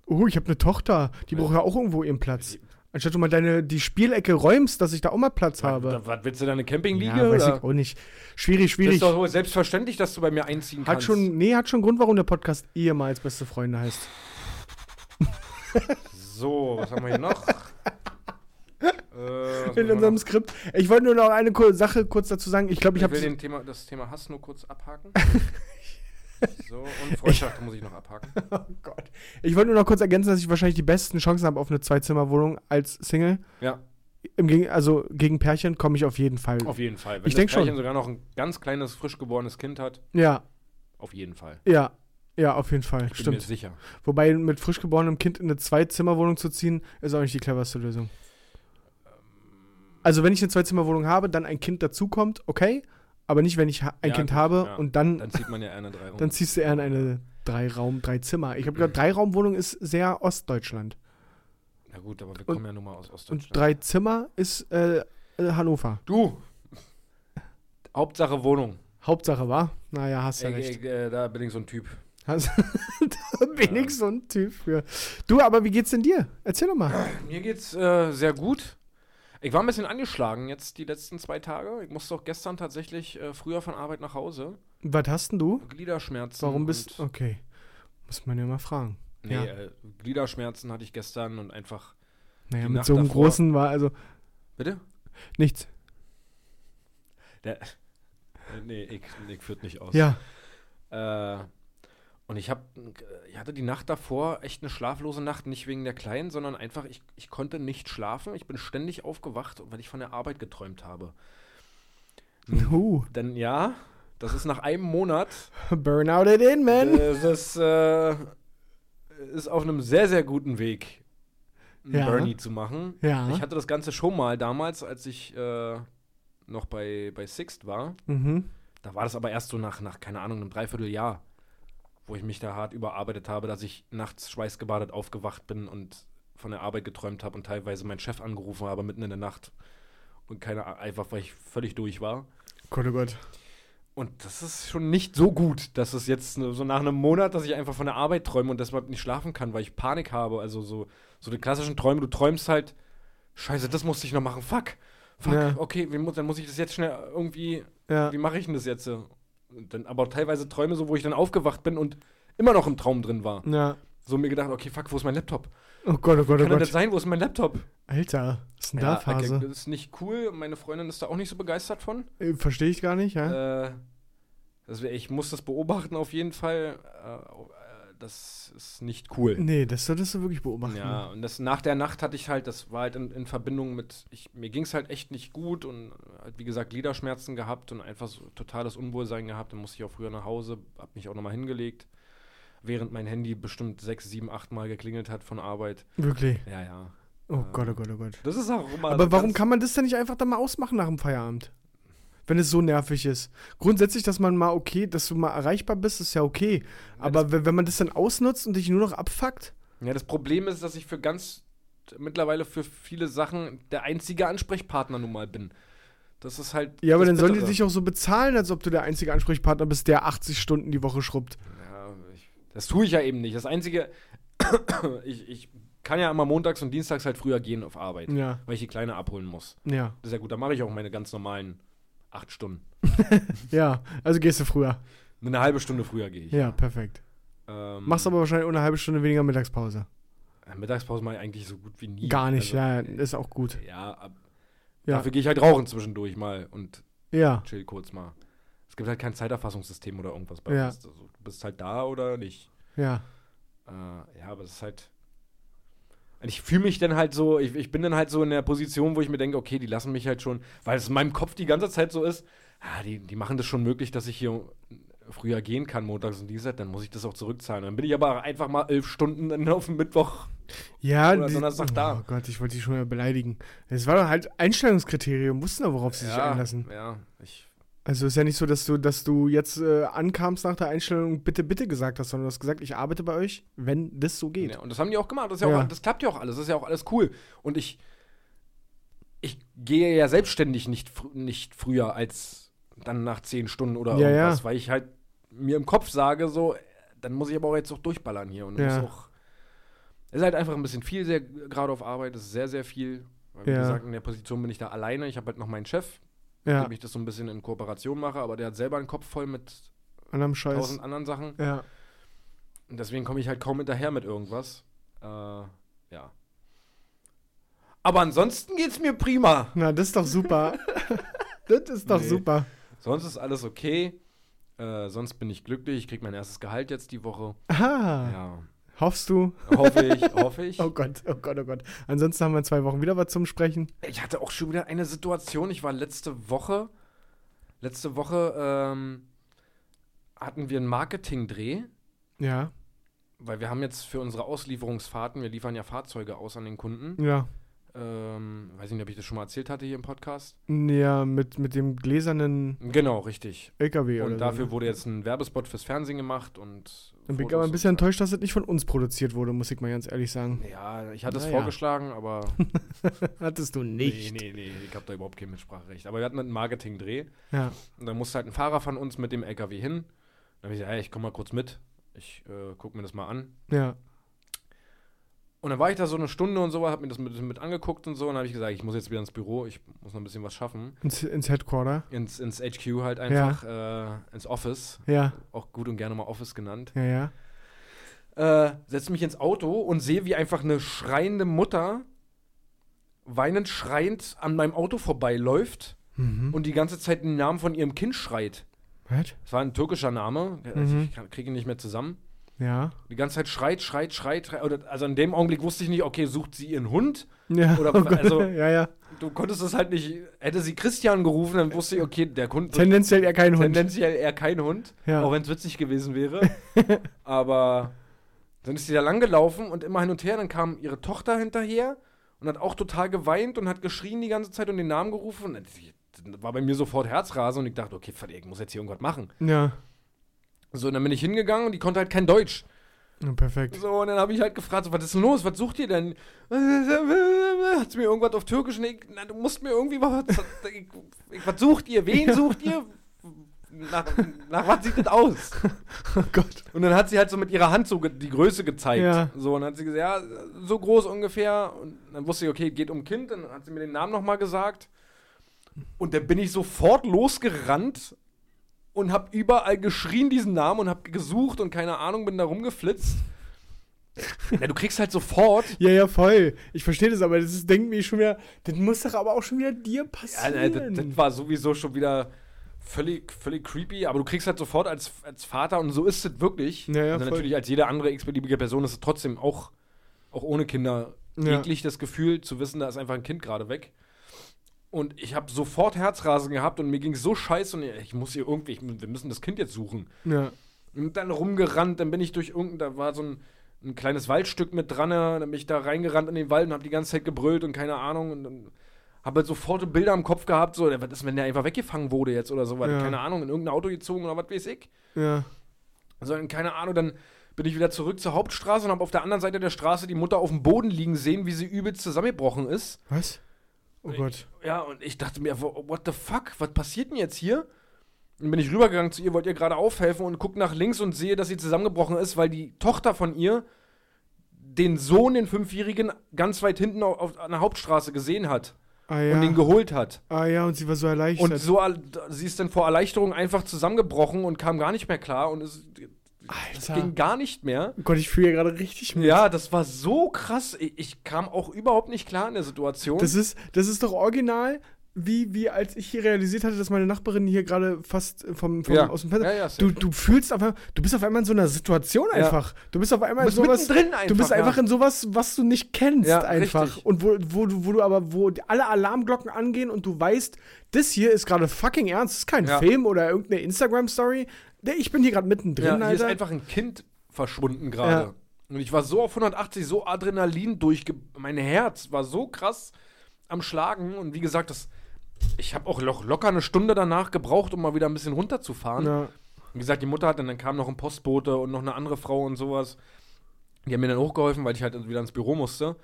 B: Oh, ich habe eine Tochter. Die
C: Ja.
B: braucht ja auch irgendwo ihren Platz. Anstatt du mal deine, die Spielecke räumst, dass ich da auch mal Platz habe.
C: Was, was willst du da eine Campingliege?
B: ja, weiß
C: oder?
B: ich auch nicht. Schwierig,
C: Das
B: schwierig.
C: ist doch selbstverständlich, dass du bei mir einziehen
B: Hat
C: kannst.
B: schon, nee, hat schon Grund, warum der Podcast ehemals beste Freunde heißt.
C: So, was haben wir hier
B: [LAUGHS]
C: noch? äh,
B: In unserem Skript. Ich wollte nur noch eine kur- Sache kurz dazu sagen. Ich glaube,
C: ich
B: ich
C: ich
B: habe
C: will den Thema, das Thema Hass nur kurz abhaken. so, und Freundschaft muss ich noch abhaken.
B: [LAUGHS] oh Gott. Ich wollte nur noch kurz ergänzen, dass ich wahrscheinlich die besten Chancen habe auf eine Zwei-Zimmer-Wohnung als Single.
C: Ja,
B: Im Gegen also gegen Pärchen komme ich auf jeden Fall.
C: auf jeden Fall.
B: Ich denk
C: das Pärchen
B: schon.
C: sogar noch ein ganz kleines, frisch geborenes Kind hat,
B: ja,
C: auf jeden Fall.
B: ja, ja, auf jeden Fall.
C: Ich bin mir
B: Stimmt.
C: sicher.
B: Wobei mit frisch geborenem Kind in eine Zwei-Zimmer-Wohnung zu ziehen, ist auch nicht die cleverste Lösung. Also wenn ich eine Zwei-Zimmer-Wohnung habe, dann ein Kind dazukommt, okay. Aber nicht, wenn ich ha- ein
C: Ja,
B: Kind
C: gut,
B: habe
C: ja.
B: und dann
C: Dann zieht man ja eher eine drei um. rum.
B: Dann ziehst du eher in eine Drei-Raum, Drei-Zimmer. Ich habe
C: Mhm.
B: gehört, Drei-Raum-Wohnung ist sehr Ostdeutschland.
C: Na gut, aber wir kommen ja nur mal aus Ostdeutschland.
B: Und Drei-Zimmer ist äh, äh, Hannover.
C: du! Hauptsache Wohnung.
B: Hauptsache, war? Naja, hast ja
C: Ey,
B: recht.
C: ey, äh, da bin ich so ein Typ.
B: [LAUGHS] Hast, da bin ich so ein Typ für. Du, aber wie geht's denn dir? Erzähl doch mal.
C: Mir geht's äh, sehr gut. Ich war ein bisschen angeschlagen jetzt die letzten zwei Tage. Ich musste auch gestern tatsächlich äh, früher von Arbeit nach Hause.
B: Was hast denn du?
C: Gliederschmerzen.
B: Warum
C: und-
B: bist du. Okay. Muss man ja mal fragen.
C: Nee,
B: ja.
C: äh, Gliederschmerzen hatte ich gestern und einfach.
B: Naja,
C: die
B: mit
C: Nacht
B: so einem
C: davor-
B: großen war also
C: Bitte?
B: nichts.
C: Der, Äh, nee, ich, ich führt nicht aus.
B: Ja.
C: Äh, und ich, hab, ich hatte die Nacht davor echt eine schlaflose Nacht, nicht wegen der Kleinen, sondern einfach, ich, ich konnte nicht schlafen. Ich bin ständig aufgewacht, weil ich von der Arbeit geträumt habe. Mhm.
B: [LAUGHS] Uh,
C: Denn ja, das ist nach einem Monat
B: burnout it in, man.
C: Äh, Das äh, ist auf einem sehr, sehr guten Weg, einen
B: Ja.
C: Bernie zu machen.
B: Ja.
C: Ich hatte das Ganze schon mal damals, als ich äh, noch bei, bei Sixt war.
B: Mhm.
C: Da war das aber erst so nach, nach keine Ahnung, einem Dreivierteljahr, wo ich mich da hart überarbeitet habe, dass ich nachts schweißgebadet aufgewacht bin und von der Arbeit geträumt habe und teilweise meinen Chef angerufen habe mitten in der Nacht. Und keine Ah- einfach, weil ich völlig durch war.
B: Gott, oh Gott.
C: Und das ist schon nicht so gut, dass es jetzt ne- so nach einem Monat, dass ich einfach von der Arbeit träume und deshalb nicht schlafen kann, weil ich Panik habe. Also so, so die klassischen Träume, du träumst halt, scheiße, das musste ich noch machen, fuck, fuck,
B: Ja.
C: okay, wie, mu- dann muss ich das jetzt schnell irgendwie,
B: Ja.
C: wie mache ich denn das jetzt? äh? Und dann, aber teilweise Träume so, wo ich dann aufgewacht bin und immer noch im Traum drin war.
B: Ja.
C: So mir gedacht, okay, fuck, wo ist mein Laptop?
B: Oh Gott, oh Gott, oh
C: Kann denn das
B: Gott.
C: sein, wo ist mein Laptop?
B: Alter, was ist denn da
C: okay,
B: Phase?
C: das ist nicht cool, meine Freundin ist da auch nicht so begeistert von.
B: Äh, Verstehe ich gar nicht, ja?
C: Äh, also ich muss das beobachten auf jeden Fall. Äh, äh, das ist nicht cool.
B: nee, das solltest du wirklich beobachten.
C: Ja, und das nach der Nacht hatte ich halt, das war halt in, in Verbindung mit, ich, mir ging es halt echt nicht gut und halt, wie gesagt, Gliederschmerzen gehabt und einfach so totales Unwohlsein gehabt. Dann musste ich auch früher nach Hause, hab mich auch nochmal hingelegt. während mein Handy bestimmt sechs, sieben, acht Mal geklingelt hat von Arbeit.
B: Wirklich.
C: Ja, ja.
B: Oh Gott, oh Gott, oh Gott.
C: Das ist auch immer.
B: Aber
C: das
B: warum
C: ganz-
B: kann man das denn nicht einfach dann mal ausmachen nach dem Feierabend? Wenn es so nervig ist. Grundsätzlich, dass man mal okay, dass du mal erreichbar bist, ist ja okay. Aber wenn wenn man das dann ausnutzt und dich nur noch abfuckt,
C: Ja, das Problem ist, dass ich für ganz mittlerweile für viele Sachen der einzige Ansprechpartner nun mal bin. Das ist halt.
B: ja, aber
C: das
B: dann sollen die
C: Bittere.
B: dich auch so bezahlen, als ob du der einzige Ansprechpartner bist, der 80 Stunden die Woche schrubbt.
C: Ja, ich, das tue ich ja eben nicht. Das Einzige, [COUGHS] ich, ich kann ja immer montags und dienstags halt früher gehen auf Arbeit,
B: Ja,
C: weil ich die Kleine abholen muss.
B: ja,
C: Das ist ja gut, da mache ich auch meine ganz normalen acht Stunden.
B: ja. Also gehst du früher.
C: Eine halbe Stunde früher gehe ich.
B: Ja, Mhm. perfekt.
C: Ähm,
B: Machst aber wahrscheinlich ohne eine halbe Stunde weniger Mittagspause.
C: Mittagspause mache ich eigentlich so gut wie nie.
B: Gar
C: Also,
B: nicht, ja, ja, ist auch gut.
C: Ja, ab,
B: Ja.
C: dafür gehe ich halt rauchen zwischendurch mal und
B: Ja,
C: chill kurz mal. Es gibt halt kein Zeiterfassungssystem oder irgendwas bei
B: Ja.
C: uns. Also, du bist halt da oder nicht.
B: ja.
C: Äh, ja, aber es ist halt. Und ich fühle mich dann halt so, ich, ich bin dann halt so in der Position, wo ich mir denke, okay, die lassen mich halt schon, weil es in meinem Kopf die ganze Zeit so ist, ah, die, die machen das schon möglich, dass ich hier früher gehen kann, montags und dienstags, dann muss ich das auch zurückzahlen. Dann bin ich aber einfach mal elf Stunden dann auf dem Mittwoch.
B: Ja,
C: Oder Donnerstag da.
B: Oh Gott, ich wollte dich schon mal beleidigen. Es war doch halt Einstellungskriterium, wussten doch, worauf sie sich einlassen.
C: ja, ich.
B: Also ist ja nicht so, dass du, dass du jetzt äh, ankamst nach der Einstellung und bitte, bitte gesagt hast, sondern du hast gesagt, ich arbeite bei euch, wenn das so geht.
C: Ja, und das haben die auch gemacht. Das, ist ja
B: Ja.
C: Auch, das klappt ja auch alles. Das ist ja auch alles cool. Und ich, ich gehe ja selbstständig nicht, fr nicht früher als dann nach zehn Stunden oder
B: Ja,
C: irgendwas,
B: ja.
C: weil ich halt mir im Kopf sage, so, äh, dann muss ich aber auch jetzt auch durchballern hier. Und
B: Ja.
C: muss auch. Es ist halt einfach ein bisschen viel, sehr gerade auf Arbeit, es ist sehr, sehr viel. Weil, Wie
B: Ja.
C: gesagt, in der Position bin ich da alleine. Ich habe halt noch meinen Chef, mit
B: Ja,
C: dem ich das so ein bisschen in Kooperation mache, aber der hat selber einen Kopf voll mit
B: anderem Scheiß.
C: tausend anderen Sachen.
B: Ja.
C: Und deswegen komme ich halt kaum hinterher mit irgendwas. Äh, ja. Aber ansonsten geht's mir prima.
B: Na, das ist
C: [LAUGHS]
B: doch super. [LAUGHS] das ist doch
C: Nee.
B: super.
C: Sonst ist alles okay. Äh, sonst bin ich glücklich. Ich krieg mein erstes Gehalt jetzt die Woche.
B: Ah,
C: Ja.
B: hoffst du?
C: Hoffe
B: [LAUGHS]
C: ich, hoffe ich.
B: Oh Gott, oh Gott, oh Gott. Ansonsten haben wir in zwei Wochen wieder was zum Sprechen.
C: Ich hatte auch schon wieder eine Situation. Ich war letzte Woche. Letzte Woche ähm, hatten wir einen Marketing-Dreh.
B: Ja,
C: Weil wir haben jetzt für unsere Auslieferungsfahrten, wir liefern ja Fahrzeuge aus an den Kunden.
B: ja.
C: Ähm, weiß nicht, ob ich das schon mal erzählt hatte hier im Podcast.
B: Ja, mit, mit dem gläsernen
C: Genau, richtig.
B: LKW oder
C: Und
B: so,
C: dafür
B: ne?
C: wurde jetzt ein Werbespot fürs Fernsehen gemacht und.
B: Dann bin ich
C: Fotos
B: aber ein
C: und
B: bisschen
C: so.
B: enttäuscht, dass es nicht von uns produziert wurde, muss ich mal ganz ehrlich sagen.
C: Ja, ich hatte es
B: Naja.
C: vorgeschlagen, aber.
B: Hattest du
C: nee,
B: [LAUGHS] nicht.
C: nee, nee, ich habe da überhaupt kein Mitspracherecht. Aber wir hatten halt einen Marketing-Dreh
B: Ja,
C: und dann musste halt ein Fahrer von uns mit dem LKW hin. Dann habe ich gesagt, hey, ich komme mal kurz mit. Ich äh, gucke mir das mal an.
B: ja,
C: Und dann war ich da so eine Stunde und so, habe mir das mit, mit angeguckt und so. Und dann habe ich gesagt, ich muss jetzt wieder ins Büro, ich muss noch ein bisschen was schaffen.
B: ins, ins Headquarter.
C: Ins, ins HQ halt einfach, äh, ins Office,
B: Ja,
C: auch gut und gerne mal Office genannt.
B: ja, ja.
C: äh, setze mich ins Auto und sehe, wie einfach eine schreiende Mutter weinend schreiend an meinem Auto vorbeiläuft
B: Mhm.
C: und die ganze Zeit den Namen von ihrem Kind schreit.
B: Was?
C: Es war ein türkischer Name, also
B: Mhm.
C: ich kann- kriege ihn nicht mehr zusammen.
B: Ja.
C: Die ganze Zeit schreit, schreit, schreit. schreit. Oder, also in dem Augenblick wusste ich nicht, okay, sucht sie ihren Hund?
B: [LAUGHS] Ja,
C: Oder-
B: oh Gott,
C: also-
B: ja, ja.
C: Du konntest es halt nicht. Hätte sie Christian gerufen, dann wusste ich, okay, der Hund wird
B: Tendenziell eher kein Hund.
C: tendenziell eher kein Hund,
B: Ja.
C: auch wenn es witzig gewesen
B: [LAUGHS]
C: wäre. Aber dann ist sie da lang gelaufen und immer hin und her. Dann kam ihre Tochter hinterher und hat auch total geweint und hat geschrien die ganze Zeit und den Namen gerufen. Und dann war bei mir sofort Herzrasen und ich dachte, okay, verdammt, ich muss jetzt hier irgendwas machen.
B: ja.
C: So, und dann bin ich hingegangen und die konnte halt kein Deutsch.
B: ja, perfekt.
C: So, und dann habe ich halt gefragt, so, was ist denn los? Was sucht ihr denn? [LAUGHS] Hat sie mir irgendwas auf Türkisch? Nee, na, du musst mir irgendwie was. Ich, ich, was sucht ihr? Wen sucht ihr? Nach, nach was sieht das aus?
B: [LAUGHS] Oh Gott.
C: Und dann hat sie halt so mit ihrer Hand so ge- die Größe gezeigt.
B: Ja.
C: So, und dann hat sie gesagt, ja, so groß ungefähr. Und dann wusste ich, okay, geht um Kind. Dann hat sie mir den Namen nochmal gesagt. Und dann bin ich sofort losgerannt und hab überall geschrien diesen Namen und hab gesucht und keine Ahnung, bin da
B: [LAUGHS]
C: rumgeflitzt. Na, du kriegst halt sofort.
B: Ja, ja, voll. Ich verstehe das, aber das ist, denkt mir schon wieder, das muss doch aber auch schon wieder dir
C: Ja,
B: passieren.
C: ne, das, das war sowieso schon wieder völlig, völlig creepy, aber du kriegst halt sofort als, als Vater und so ist es wirklich.
B: Ja, ja,
C: also
B: voll.
C: natürlich als jede andere x-beliebige Person ist es trotzdem auch, auch ohne Kinder
B: Ja.
C: eklig das Gefühl zu wissen, da ist einfach ein Kind gerade weg. Und ich habe sofort Herzrasen gehabt und mir ging so scheiße und ich muss hier irgendwie, ich, wir müssen das Kind jetzt suchen.
B: ja.
C: Und Und dann rumgerannt, dann bin ich durch irgendein, da war so ein, ein kleines Waldstück mit dran, äh, dann bin ich da reingerannt in den Wald und habe die ganze Zeit gebrüllt und keine Ahnung und dann habe halt sofort Bilder im Kopf gehabt, so, was ist, wenn der einfach weggefangen wurde jetzt oder so, weil,
B: Ja.
C: keine Ahnung, in irgendein Auto gezogen oder was weiß ich.
B: Ja.
C: So, dann, keine Ahnung, dann bin ich wieder zurück zur Hauptstraße und habe auf der anderen Seite der Straße die Mutter auf dem Boden liegen sehen, wie sie übelst zusammengebrochen ist.
B: Was? Oh Gott.
C: Ja, und ich dachte mir, wo- what the fuck, was passiert denn jetzt hier? Dann bin ich rübergegangen zu ihr, wollte ihr gerade aufhelfen und guck nach links und sehe, dass sie zusammengebrochen ist, weil die Tochter von ihr den Sohn, den Fünfjährigen, ganz weit hinten auf, auf einer Hauptstraße gesehen hat
B: Ah
C: und ihn
B: ja.
C: geholt hat.
B: Ah ja, und sie war so erleichtert.
C: Und so, al- sie ist dann vor Erleichterung einfach zusammengebrochen und kam gar nicht mehr klar und es
B: Alter. Oh
C: ging gar nicht mehr.
B: Gott, ich fühle ja gerade richtig mit.
C: Ja, das war so krass. Ich, ich kam auch überhaupt nicht klar in der Situation.
B: Das ist, das ist doch original, wie, wie als ich hier realisiert hatte, dass meine Nachbarin hier gerade fast äh, vom, vom
C: Ja.
B: aus dem Fenster.
C: Ja, ja,
B: du,
C: safe.
B: du fühlst auf einmal, du bist auf einmal in so einer Situation
C: Ja.
B: einfach. Du bist auf einmal
C: bist
B: in sowas.
C: mittendrin einfach,
B: du bist einfach
C: ja.
B: in sowas, was du nicht kennst,
C: Ja,
B: einfach.
C: richtig.
B: Und wo, wo, du- wo du aber, wo die- alle Alarmglocken angehen und du weißt, das hier ist gerade fucking ernst, das ist kein
C: Ja.
B: Film oder irgendeine Instagram-Story. Nee, Ich bin hier gerade mittendrin,
C: ja,
B: Alter.
C: hier ist einfach ein Kind verschwunden gerade.
B: Ja.
C: Und ich war so auf 180, so Adrenalin durchge... Mein Herz war so krass am Schlagen. Und wie gesagt, das, ich habe auch lo locker eine Stunde danach gebraucht, um mal wieder ein bisschen runterzufahren.
B: ja.
C: Wie gesagt, die Mutter hat dann, dann kam noch ein Postbote und noch eine andere Frau und sowas. Die haben mir dann hochgeholfen, weil ich halt wieder ins Büro musste.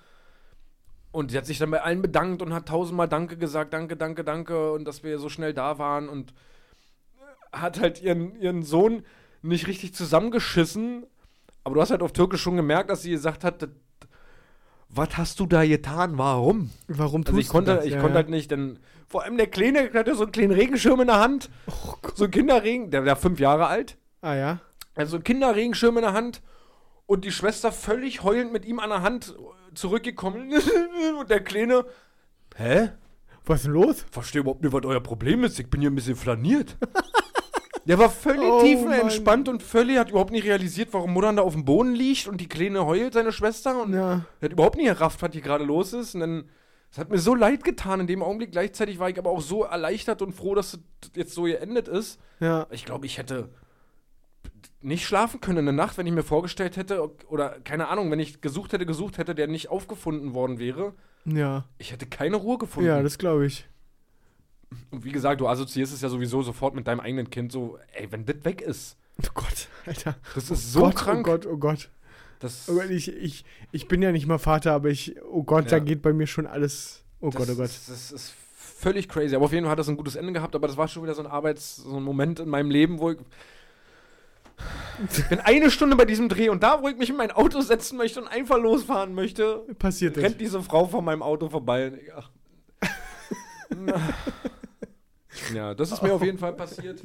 C: Und sie hat sich dann bei allen bedankt und hat tausendmal Danke gesagt, danke, danke, danke und dass wir so schnell da waren und hat halt ihren, ihren Sohn nicht richtig zusammengeschissen. Aber du hast halt auf Türkisch schon gemerkt, dass sie gesagt hat, was hast du da getan, warum?
B: Warum tust
C: Also ich
B: du
C: konnte,
B: das?
C: ich
B: Ja,
C: konnte
B: ja.
C: halt nicht, denn vor allem der Kleine der hatte so einen kleinen Regenschirm in der Hand.
B: Oh
C: so einen Kinderregen, der war fünf Jahre alt.
B: Ah ja.
C: Also ein Kinderregenschirm in der Hand und die Schwester völlig heulend mit ihm an der Hand zurückgekommen. [LAUGHS] und der Kleine, hä?
B: Was ist denn los?
C: Verstehe überhaupt nicht, was euer Problem ist. Ich bin hier ein bisschen flaniert. [LAUGHS] Der war völlig
B: Oh,
C: tiefenentspannt und völlig hat überhaupt nicht realisiert, warum Mutter da auf dem Boden liegt und die Kleine heult, seine Schwester. Und
B: Ja.
C: er hat überhaupt nicht gerafft, was hier gerade los ist. Und dann, es hat mir so leid getan in dem Augenblick. Gleichzeitig war ich aber auch so erleichtert und froh, dass es jetzt so geendet ist.
B: Ja.
C: Ich glaube, ich hätte nicht schlafen können in der Nacht, wenn ich mir vorgestellt hätte, oder keine Ahnung, wenn ich gesucht hätte, gesucht hätte, der nicht aufgefunden worden wäre.
B: Ja.
C: Ich hätte keine Ruhe gefunden.
B: Ja, das glaube ich.
C: Und wie gesagt, du assoziierst es ja sowieso sofort mit deinem eigenen Kind so, ey, wenn das weg ist.
B: Oh Gott, Alter.
C: Das ist so
B: Gott,
C: krank.
B: Oh Gott, oh Gott.
C: Das,
B: Oh Gott ich, ich, ich bin ja nicht mal Vater, aber ich, oh Gott,
C: Ja.
B: da geht bei mir schon alles. Oh
C: das,
B: Gott, oh Gott.
C: Das, ist völlig crazy. Aber auf jeden Fall hat das ein gutes Ende gehabt, aber das war schon wieder so ein Arbeits-, so ein Moment in meinem Leben, wo ich. Ich bin eine Stunde bei diesem Dreh und da, wo ich mich in mein Auto setzen möchte und einfach losfahren möchte,
B: Passiert das.
C: rennt diese Frau von meinem Auto vorbei. Und ich, ach. Na. ja, das ist
B: Oh.
C: mir auf jeden Fall passiert.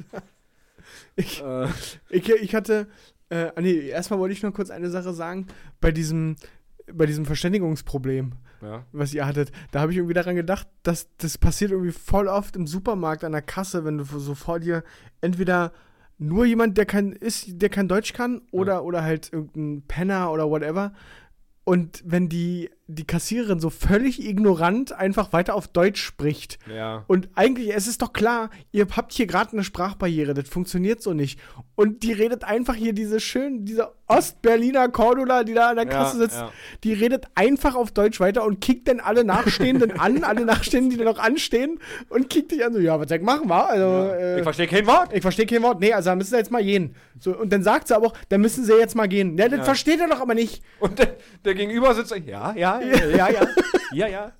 B: Ich,
C: äh,
B: ich, ich hatte, äh, ah nee, erstmal wollte ich noch kurz eine Sache sagen. Bei diesem, bei diesem Verständigungsproblem,
C: ja.
B: was ihr hattet, da habe ich irgendwie daran gedacht, dass das passiert irgendwie voll oft im Supermarkt an der Kasse, wenn du so vor dir entweder nur jemand, der kein ist, der kein Deutsch kann, oder, oder halt irgendein Penner oder whatever. Und wenn die, die Kassiererin so völlig ignorant einfach weiter auf Deutsch spricht
C: Ja.
B: und eigentlich, es ist doch klar, ihr habt hier gerade eine Sprachbarriere, das funktioniert so nicht. Und die redet einfach hier diese schönen, diese Ostberliner Cordula, die da an der
C: Ja,
B: Kasse sitzt,
C: ja.
B: die redet einfach auf Deutsch weiter und kickt dann
C: [LAUGHS]
B: alle Nachstehenden an, alle Nachstehenden, die da noch anstehen und kickt dich an, so, ja, was soll ich machen, wa? Also, äh,
C: Ich verstehe kein Wort.
B: ich verstehe kein Wort. Nee, also da müssen sie jetzt mal gehen. So, und dann sagt sie aber auch, dann müssen sie jetzt mal gehen. Ja, das
C: Ja.
B: versteht er doch aber nicht.
C: Und der, der Gegenüber sitzt und, ja, ja, ja, ja, ja, ja, ja.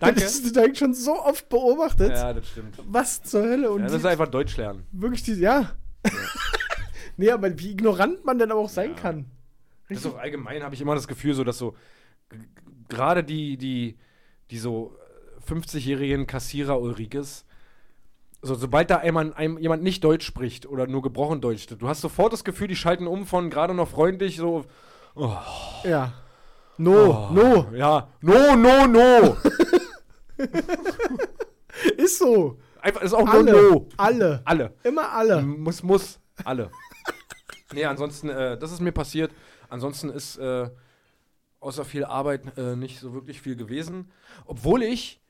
C: Danke.
B: Das ist das hab ich schon so oft beobachtet.
C: Ja, das stimmt.
B: Was zur Hölle? Und
C: Ja, das
B: die-
C: ist einfach Deutsch lernen.
B: Wirklich die, ja. [LAUGHS] nee, aber wie ignorant man denn aber auch sein kann.
C: Das ist auch allgemein, habe ich immer das Gefühl, so dass so g- g- gerade die, die, die so äh, 50-jährigen Kassierer Ulrikes, so, sobald da einmal einem, jemand nicht Deutsch spricht oder nur gebrochen Deutsch, du hast sofort das Gefühl, die schalten um von gerade noch freundlich, so,
B: Ja. No,
C: Oh.
B: no.
C: ja, no, no, no.
B: Ist so.
C: Einfach ist auch
B: Alle.
C: no, no.
B: Alle.
C: Alle.
B: Immer alle.
C: Muss, muss. Alle. nee, ansonsten, äh, das ist mir passiert. Ansonsten ist äh, außer viel Arbeit äh, nicht so wirklich viel gewesen. Obwohl ich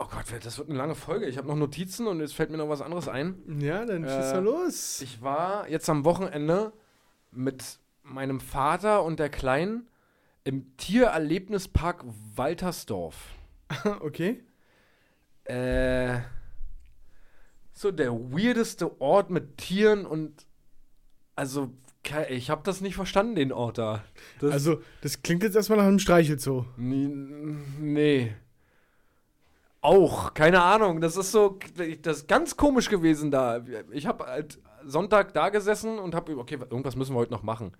C: Oh Gott, wer- das wird eine lange Folge. Ich habe noch Notizen und jetzt fällt mir noch was anderes ein.
B: Ja, dann
C: Äh,
B: schieß mal los.
C: Ich war jetzt am Wochenende mit meinem Vater und der Kleinen im Tiererlebnispark Waltersdorf.
B: [LAUGHS] okay.
C: Äh, so der weirdeste Ort mit Tieren und also ke- ich habe das nicht verstanden, den Ort da. Das,
B: Also, das klingt jetzt erstmal nach einem Streichelzoo.
C: Nee, nee. Auch, keine Ahnung. Das ist so, das ist ganz komisch gewesen da. Ich habe halt Sonntag da gesessen und habe, okay, irgendwas müssen wir heute noch machen.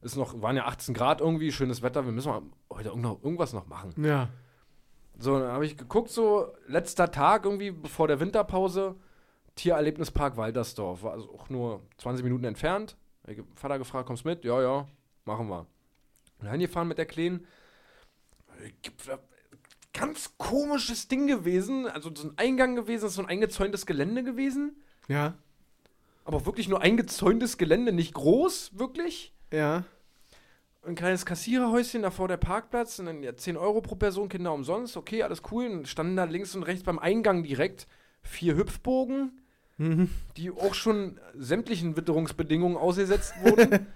C: Ist noch, waren ja 18 Grad irgendwie, schönes Wetter, wir müssen mal heute irgend- noch irgendwas noch machen.
B: Ja.
C: So, dann habe ich geguckt, so letzter Tag irgendwie bevor der Winterpause, Tiererlebnispark Waldersdorf, war also auch nur 20 Minuten entfernt. Hab ich Vater gefragt, kommst mit? Ja, ja, machen wir. Und dann gefahren mit der Kleinen. Ganz komisches Ding gewesen, also so ein Eingang gewesen, so ein eingezäuntes Gelände gewesen,
B: Ja.
C: aber wirklich nur eingezäuntes Gelände, nicht groß, wirklich
B: Ja.
C: ein kleines Kassiererhäuschen, davor der Parkplatz, und dann ja, 10 Euro pro Person, Kinder umsonst, okay, alles cool. Und standen da links und rechts beim Eingang direkt vier Hüpfbogen, die auch schon sämtlichen Witterungsbedingungen ausgesetzt
B: [LAUGHS]
C: wurden.